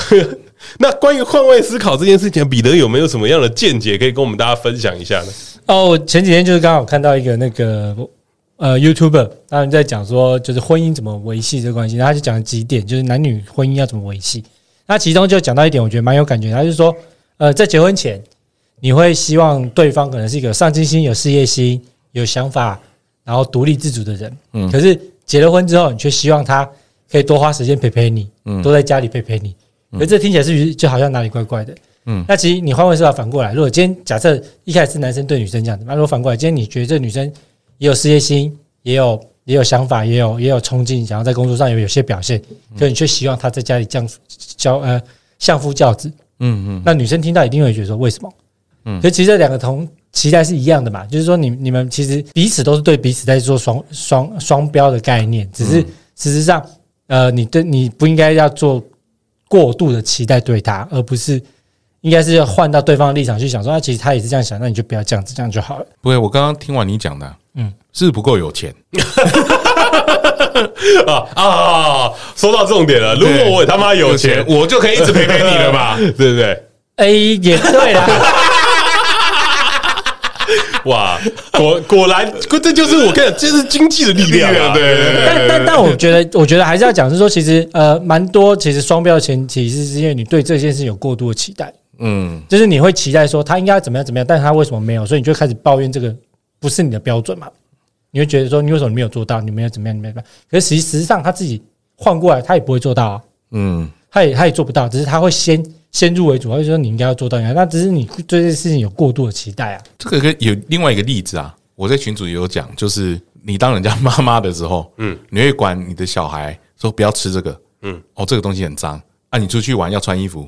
对， [LAUGHS] 那关于换位思考这件事情，彼得有没有什么样的见解可以跟我们大家分享一下呢？哦，我前几天就是刚好看到一个那个呃 YouTuber，他们在讲说就是婚姻怎么维系这个关系，然后他就讲了几点，就是男女婚姻要怎么维系。那其中就讲到一点，我觉得蛮有感觉，他就是说，呃，在结婚前，你会希望对方可能是一个有上进心、有事业心、有想法，然后独立自主的人。嗯，可是结了婚之后，你却希望他可以多花时间陪陪你，嗯，多在家里陪陪你。可这听起来是就好像哪里怪怪的。那其实你换位思考，反过来，如果今天假设一开始是男生对女生这样子，那如果反过来，今天你觉得这女生也有事业心，也有也有想法，也有也有冲劲，想要在工作上有有些表现，可你却希望她在家里这样教呃相夫教子，嗯嗯，那女生听到一定会觉得说为什么？嗯，所以其实这两个同期待是一样的嘛，就是说你你们其实彼此都是对彼此在做双双双标的概念，只是事实上，呃，你对你不应该要做过度的期待对他，而不是应该是要换到对方的立场去想说，啊，其实他也是这样想，那你就不要这样子，这样就好了。不会，我刚刚听完你讲的，嗯，是不够有钱，啊啊！说到重点了，如果对我他妈有有钱，钱我就可以一直 [LAUGHS] 陪陪你了吧，对不对？哎、也 [LAUGHS] 对啦，哇，果果然，这就是我跟你讲，这是经济的力量啊，力量对对对但但但我觉得，我觉得还是要讲是说，其实呃，蛮多其实双标的前提是是因为你对这件事有过度的期待，嗯，就是你会期待说他应该怎么样怎么样，但是他为什么没有？所以你就开始抱怨这个不是你的标准嘛？你会觉得说你为什么没有做到？你没有怎么样？你没有怎么样？可是实实际上他自己换过来，他也不会做到啊，嗯，他也他也做不到，只是他会先先入为主，他就说你应该要做到，那只是你对这件事情有过度的期待啊。这个跟有另外一个例子啊，我在群组也有讲，就是你当人家妈妈的时候，嗯，你会管你的小孩说不要吃这个，嗯，哦，这个东西很脏啊，你出去玩要穿衣服，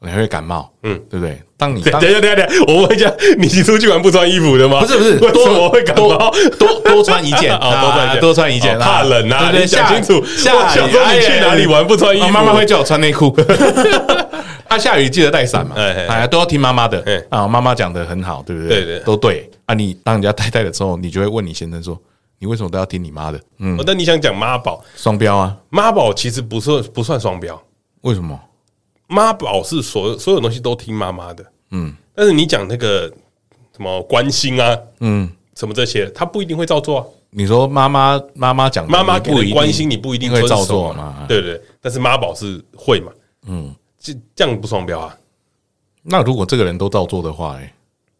你会感冒，嗯，对不对？当你对当等一下，等一下，等一下，我问一下，你出去玩不穿衣服的吗？不是不是， [LAUGHS] 为什么多会感冒？多多穿一件 [LAUGHS] 啊多穿一件多穿一件，哦怕冷对啊不对你讲下清楚我下雨想说你去哪里玩不穿衣服啊妈妈会叫我穿内 [LAUGHS] 裤。啊，下雨记得带伞嘛，哎哎哎哎，都要听妈妈的哎。啊，妈妈讲的很好，对不对？对对都对。啊，你当人家太太的时候，你就会问你先生说，你为什么都要听你妈的？嗯，哦但你想讲妈宝，双标啊？妈宝其实不算不算双标，为什么？妈宝是所有所有东西都听妈妈的，嗯，但是你讲那个什么关心啊，嗯，什么这些，他不一定会照做啊。你说妈妈妈妈讲的妈妈你给不一你定关心，你不一定会遵照守做嘛嘛，？对对。对但是妈宝是会嘛，嗯，这这样不双标啊，那如果这个人都照做的话， [LAUGHS] 哎，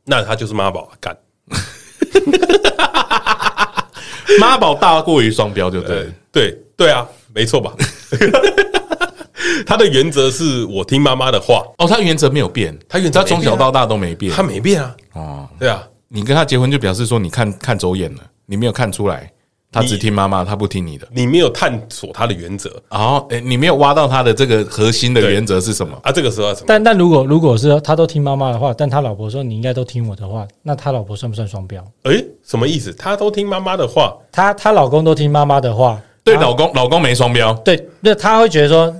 那他就是妈宝啊干。妈宝大过于双标，就对了对。对对啊，没错吧？ [LAUGHS] 他的原则是我听妈妈的话，哦，他原则没有变，他原则啊他从小到大都没变。他没变啊。哦，对啊，你跟他结婚就表示说你看看走眼了，你没有看出来，他只你听妈妈，他不听你的。你没有探索他的原则哦，诶，你没有挖到他的这个核心的对原则是什么？啊，这个时候要怎么？但但如果如果是他都听妈妈的话，但他老婆说你应该都听我的话，那他老婆算不算双标？诶，什么意思？他都听妈妈的话，她她老公都听妈妈的话，对，老公，老公没双标，对，那他会觉得说，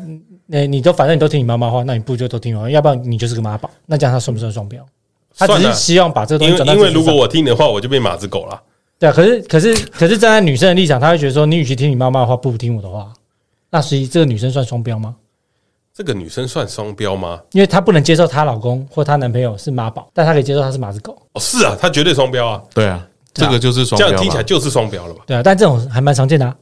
你你都反正你都听你妈妈话，那你不如就都听我，要不然你就是个妈宝。那这样他算不算双标？他只算是了希望把这个东因西转为到因自为己身如果上我听你的话，我就变马子狗了。对啊，可是可是可是站在女生的立场，他会觉得说，你与其听你妈妈的话，不如听我的话。那所以这个女生算双标吗？这个女生算双标吗？因为她不能接受她老公或她男朋友是妈宝，但她可以接受他是马子狗，哦，是啊，她绝对双标啊，对啊，对这啊个就是双这标样嘛。听起来就是双标了吧？对啊。但这种还蛮常见的、啊，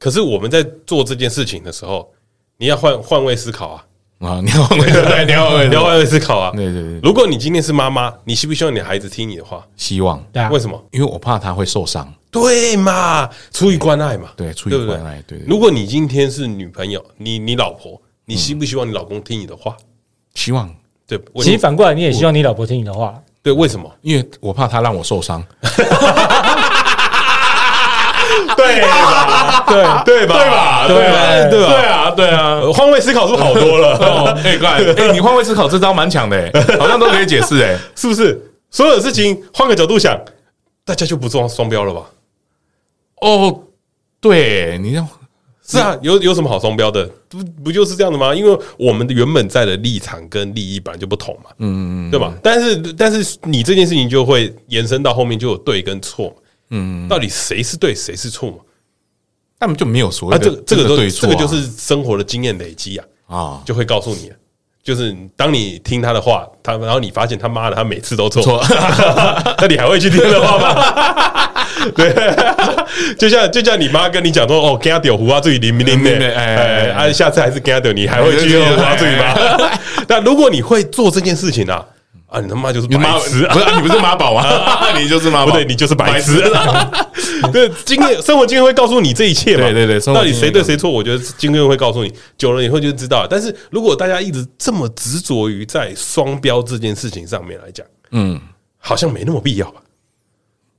可是我们在做这件事情的时候，你要换换位思考啊，啊，你要 [LAUGHS] 对，你要你你要要换位思考啊。对对对，如果你今天是妈妈，你希不希望你的孩子听你的话？希望，对啊为。什么？因为我怕他会受伤。对嘛，出于关爱嘛，对出于对不对关爱对对对如果你今天是女朋友，你你老婆，你希不希望你老公听你的话？希望，对，其实反过来，你也希望你老婆听你的话，对，为什么？因为我怕他让我受伤。对吧？对对吧？对吧？对吧？对吧？啊，对啊。呃换位思考是不是好多哦 [LAUGHS] 了，，哎，怪，哎，你换位思考这招蛮强的，哎，好像都可以解释，哎，是不是？所有的事情换个角度想，大家就不做双标了吧？哦，对，你要是啊，有有什么好双标的？不不就是这样的吗？因为我们的原本在的立场跟利益本来就不同嘛，嗯，对吧？但是但是你这件事情就会延伸到后面就有对跟错，嗯，到底谁是对谁是错嘛？他们就没有所啊，谓这的个这个对都错这啊，个就是生活的经验累积啊，啊，就会告诉你了，就是当你听他的话，他然后你发现他妈的他每次都错，错 [LAUGHS] 那你还会去听他的话吗？ [LAUGHS] 对，就像就像你妈跟你讲说哦，跟他屌胡啊，自己淋淋嗯的，嗯哎哎，啊，下次还是跟他屌，你还会去哎胡啊自己吗？那如果你会做这件事情啊，啊，你他妈就是 [LAUGHS] 你白妈哦痴啊不！是你不是妈宝吗？ [LAUGHS] 你就是妈不宝，对，你就是白痴。 [LAUGHS] 对，经验生活经验会告诉你这一切嘛。对对对生活到底经验谁对告诉谁错，我觉得经验会告诉你，久了你会就知道。但是如果大家一直这么执着于在双标这件事情上面来讲，嗯，好像没那么必要吧？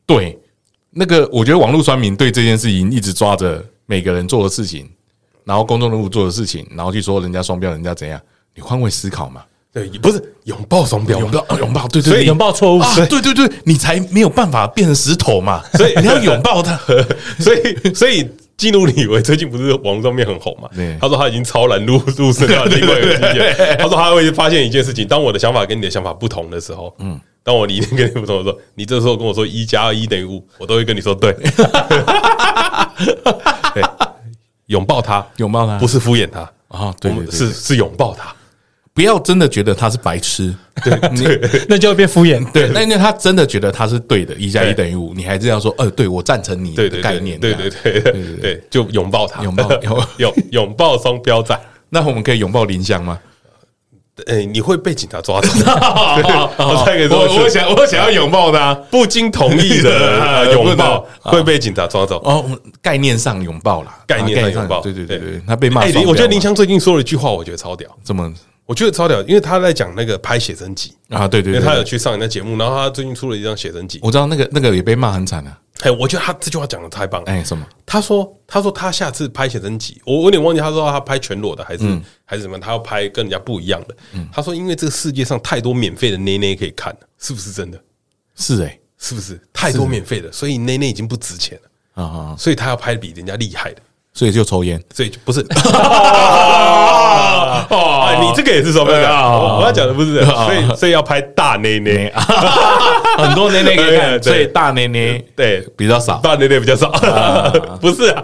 对，那个我觉得网络酸民对这件事情一直抓着每个人做的事情，然后公众人物做的事情，然后去说人家双标，人家怎样，你换位思考嘛。对，不是拥抱双标嘛，拥抱哦拥抱，对所对以对，拥抱错误啊，对对对，你才没有办法变成石头嘛， [LAUGHS] 所以 [LAUGHS] 你要拥 [LAUGHS] 抱它。所以所以基努里维最近不是网络上面很红嘛对？他说他已经超然入入深到另外一个境界。他说他会发现一件事情：当我的想法跟你的想法不同的时候，嗯，当我理念跟你不同的时候，你这时候跟我说一加二一等于五，我都会跟 [LAUGHS] 你说对。对，拥抱他，拥抱他不是敷衍他啊对我对们对是是拥抱他。不要真的觉得他是白痴，对 [LAUGHS] 对那就会变敷衍。对，那因为他真的觉得他是对的，一加一等于五，你还是要说，呃，对我赞成你对的对概念，对这对样对对对对，就拥抱他，拥抱 [LAUGHS] 拥拥拥抱双标仔。那我们可以拥抱林香吗？ [LAUGHS] 哎、你会被警察抓 [LAUGHS] 走。对我再给你说一次哦我我想我想要拥抱他， [LAUGHS] 不经同意 [LAUGHS] 的啊拥抱不能会被警察抓走。哦，我们概念上拥抱啦，概念上啊拥抱对对对对对，他被骂哎，双标林，嘛。我觉得林湘最近说了一句话，我觉得超屌，怎么我觉得超屌，因为他在讲那个拍写真集，啊？对因对为对，他对有去上人家节目，然后他最近出了一张写真集。我知道那个那个也被骂很惨啊。哎，我觉得他这句话讲的太棒了。哎，什么？他说：“他说他下次拍写真集，我我有点忘记他说他拍全裸的还是还是什么，他要拍跟人家不一样的。他说，因为这个世界上太多免费的内内可以看了，是不是真的？是哎是不是太多免费的，所以内内已经不值钱了，啊啊，所以他要拍比人家厉害的。”所以就抽 [LAUGHS] 烟。所以就不是。哦，你这个也是双标的。我我要讲的不是这个，所以所以要拍大内内，很多奶奶可以看， [LAUGHS] 对对所以大奶奶对，比较少。大内内比较少。 [LAUGHS] 不是啊，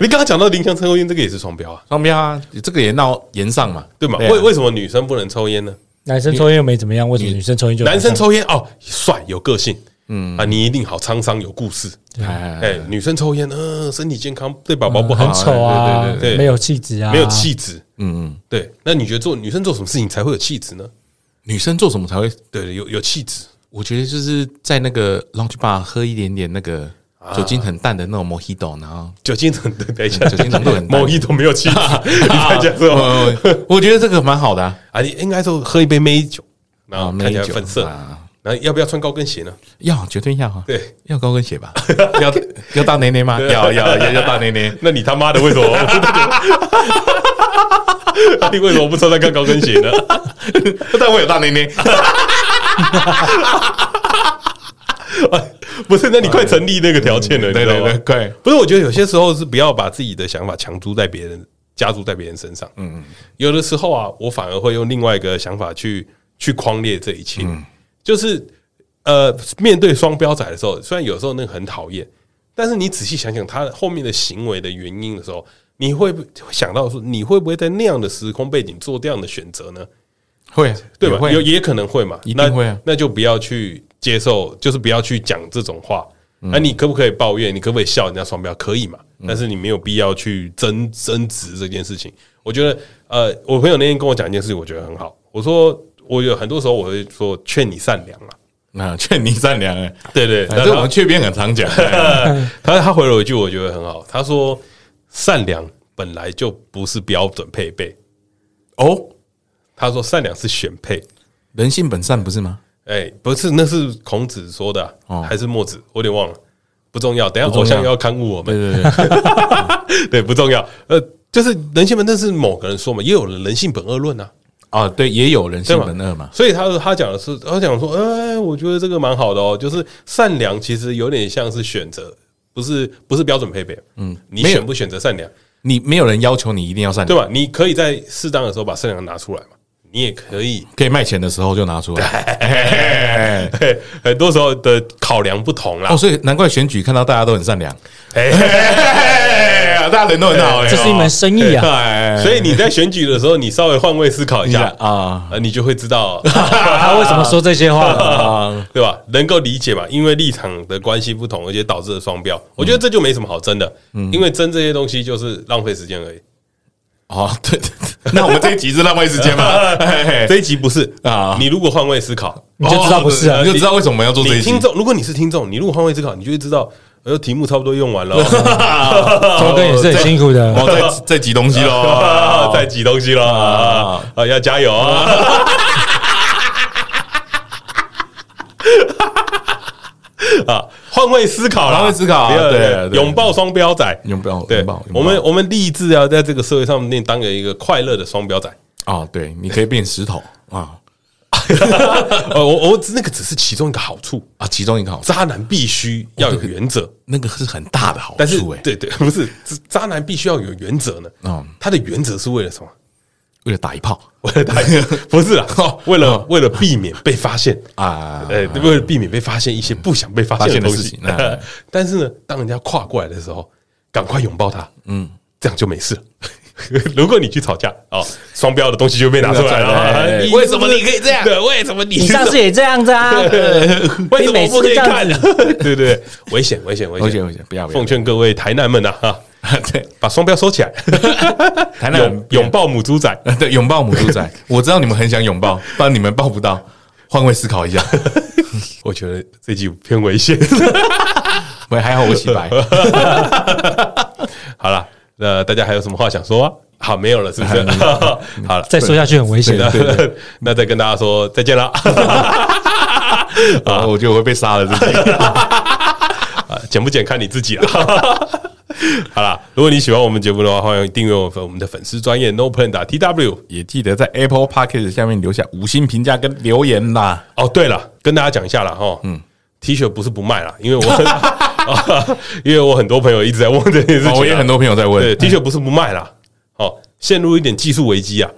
你刚刚讲到林香抽烟，这个也是双标啊，双标啊，这个也闹延上嘛，对吗？啊为为什么女生不能抽烟呢？男生抽烟又没怎么样，为什么女生抽烟就男生抽烟哦，帅有个性，嗯啊，你一定好沧桑有故事。哎哎，女生抽烟，嗯，身体健康对宝宝不很好，丑对啊对对，对没有气质啊，没有气质。嗯嗯，对，那你觉得做女生做什么事情才会有气质呢？女生做什么才会？对，有有气质。我觉得就是在那个 lounge bar 喝一点点那个啊酒精很淡的那种 mojito，然后酒精浓度，等一下，酒精浓度很大啊某一都没有气质， [LAUGHS] 你在讲什么？呃我觉得这个蛮好的 [LAUGHS] 啊啊，你应该说喝一杯美酒，然后啊，看起来美酒粉色，啊然后要不要穿高跟鞋呢？要绝对要啊，对，要高跟鞋吧， [LAUGHS] 要要大内内吗？要要 [LAUGHS] 要要大内内，那你他妈的为什么？ [LAUGHS] 你为什么不穿那个高跟鞋呢？但我有大内内， [LAUGHS] 不是，那你快成立那个条件了，你哎对知道对吗对，？快，不是，我觉得有些时候是不要把自己的想法强租在别人、加注在别人身上。嗯嗯，有的时候啊，我反而会用另外一个想法去去框列这一切。嗯就是呃，面对双标仔的时候，虽然有时候那个很讨厌，但是你仔细想想他后面的行为的原因的时候，你会不想到说，你会不会在那样的时空背景做这样的选择呢？会啊对也吧？会啊有也可能会嘛，一定会啊那，那就不要去接受，就是不要去讲这种话。嗯那、你可不可以抱怨？你可不可以笑人家双标？可以嘛？但是你没有必要去争争执这件事情。我觉得，呃，我朋友那天跟我讲一件事情，我觉得很好。我说，我有很多时候我会说劝你善良啊，那劝你善良 [LAUGHS] 哎，对对，哎那这他我们雀边很常讲， [LAUGHS] [LAUGHS] 哎他他回了我一句，我觉得很好。他说：“善良本来就不是标准配备。哦，”他说：“善良是选配。人性本善不是吗？”哎，不是，那是孔子说的啊、哦还是墨子？我有点忘了，不重要。等一下不重偶要像又要刊物我们，对对 [LAUGHS] 对， [LAUGHS] 对，不重要。呃，就是人性本，那是某个人说嘛，也有人人性本恶论啊，啊，对，也有人对性吗？本恶嘛，所以他说他讲的是，他讲说，哎、我觉得这个蛮好的哦，就是善良其实有点像是选择，不是不是标准配备。嗯，你没有选不选择善良？你没有人要求你一定要善对良，吧？你可以在适当的时候把善良拿出来嘛，你也可以。可以卖钱的时候就拿出 [LAUGHS] 来。嘿很多时候的考量不同啦哎哦，，所以难怪选举看到大家都很善良，嘿嘿嘿嘿哎大家人都很好，这是一 [LAUGHS] 门生意啊，啊所以你在选举的时候，你稍微换位思考一你下啊啊，你就会 [LAUGHS] 知道，他为什么说这些话呢？啊，对吧？能够理解嘛，因为立场的关系不同，而且导致了双标，嗯我觉得这就没什么好争的，因为争这些东西就是浪费时间 [LAUGHS] 而已。哦， [LAUGHS] 对，对对那我 [LAUGHS] 们这一集是浪费时间 [LAUGHS] 吗？啊嘿嘿这一集不是啊啊，你如果换位思考，你就知道不是啊你就知道为什么要做这你一集听。众，如果你是听众，你如果换位思考，你就会知道，呃，题目差不多用完了哦。 [LAUGHS] 周哥也是很辛苦哦，的，在在集东西啊喽，[LAUGHS] 在挤东西了啊啊！要加油啊！ [LAUGHS] 啊，换位思考啦，换位思考啊不要对对拥抱双标仔，拥抱对拥抱，拥抱我们 [LAUGHS] 我们立志要在这个社会上面当个一个快乐的双标仔。哦，对，你可以变石头，啊呃，我我那个只是其中一个好处，啊，其中一个好处，渣男必须要有原则，那个是很大的好但是处哎、对对，不是渣男必须要有原则呢。嗯他的原则是为了什么？为了打一炮为了打野不是啦，为了为了避免被发现 [LAUGHS] 啊，呃，为了避免被发现一些不想被发现的东西发现的 [LAUGHS] 事情。但是呢，当人家跨过来的时候，赶快拥抱他，嗯，这样就没事了。 [LAUGHS] 如果你去吵架哦，双标的东西就被拿出来了啊。对你为什么你可以这样对，为什么你你上 [LAUGHS] 次也这样子啊？为什你么每不次可这以样看 [LAUGHS] 子？？对对对，危险危险危险危险危险不要不要奉劝各位台南们呐哈，对把双标收起来，台南拥人拥抱母猪仔。呃对拥抱母猪仔，我知道你们很想拥抱，不然你们抱不到。换位思考一下， [LAUGHS] 我觉得这集偏危险。喂，还好我洗 [LAUGHS] 白，好了，那大家还有什么话想说啊？好，没有了，是不嗯是？ [LAUGHS] 好了，再说下去很危险那的。 [LAUGHS] 那再跟大家说再见了。啊，我觉得我会被杀了，自己。 [LAUGHS] 啊剪不剪看你自己了。 [LAUGHS] 好啦，如果你喜欢我们节目的话，欢迎订阅我们我们的粉丝专业 No Plan 打 T W。 [LAUGHS] 也记得在 Apple Podcast 下面留下五星评价跟留言啦。哦，对了，跟大家讲一下啦，哈，嗯，T 恤不是不卖啦，因为我啊因为我很 [LAUGHS] 多朋友一直在问这件事情啊、哦我也很多朋友在问对，T 恤不是不卖啦，哦，陷入一点技术危机啊，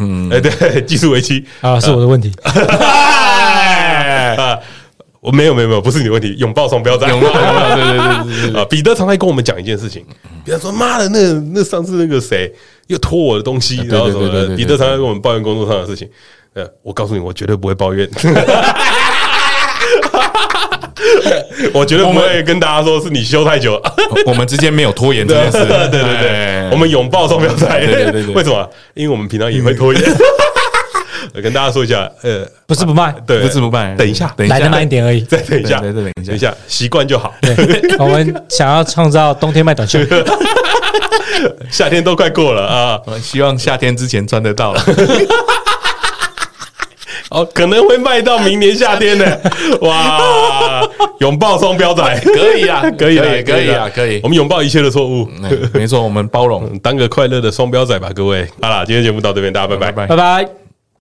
嗯，哎，对，技术危机，啊，是我的问题。哎啊，我 [LAUGHS] 没有没有没有，不是你的问题，拥抱双标仔，拥抱拥抱对对对对 [LAUGHS] 啊，彼得常常跟我们讲一件事情，比方说妈的，那那上次那个谁又拖我的东西，对然后什么啊对对的，对对彼得常常跟我们抱怨工作上的事情，呃，我告诉你，我绝对不会抱怨。 [LAUGHS] 我绝对不会跟大家说是你休太久了，我我们 [LAUGHS] 之间没有拖延这件事， [LAUGHS] 对对对哎对，我们拥抱双标仔，对对对对 [LAUGHS] 为什么？因为我们平常也会拖延。 [LAUGHS] 我跟大家说一下，呃，不是不卖，对，不是不办，等一下等一来的下，慢一点而已。再等一下，对对对等一下等一下，习惯就好。对，我们想要创造冬天 [LAUGHS] 卖短袖。 [LAUGHS] 夏天都快过了啊，我呃希望夏天之前穿得 [LAUGHS] 到了。哦，可能会卖到明年夏天呢。 [LAUGHS] 哇，拥抱双标仔，可以啊 [LAUGHS] 可以啦可以可以啦啊可以嗯我们拥抱一切的错误，哎没错，我们包容，当个快乐的双标仔吧，各位。好啦，今天节目到这边，大家拜拜拜。拜拜。拜。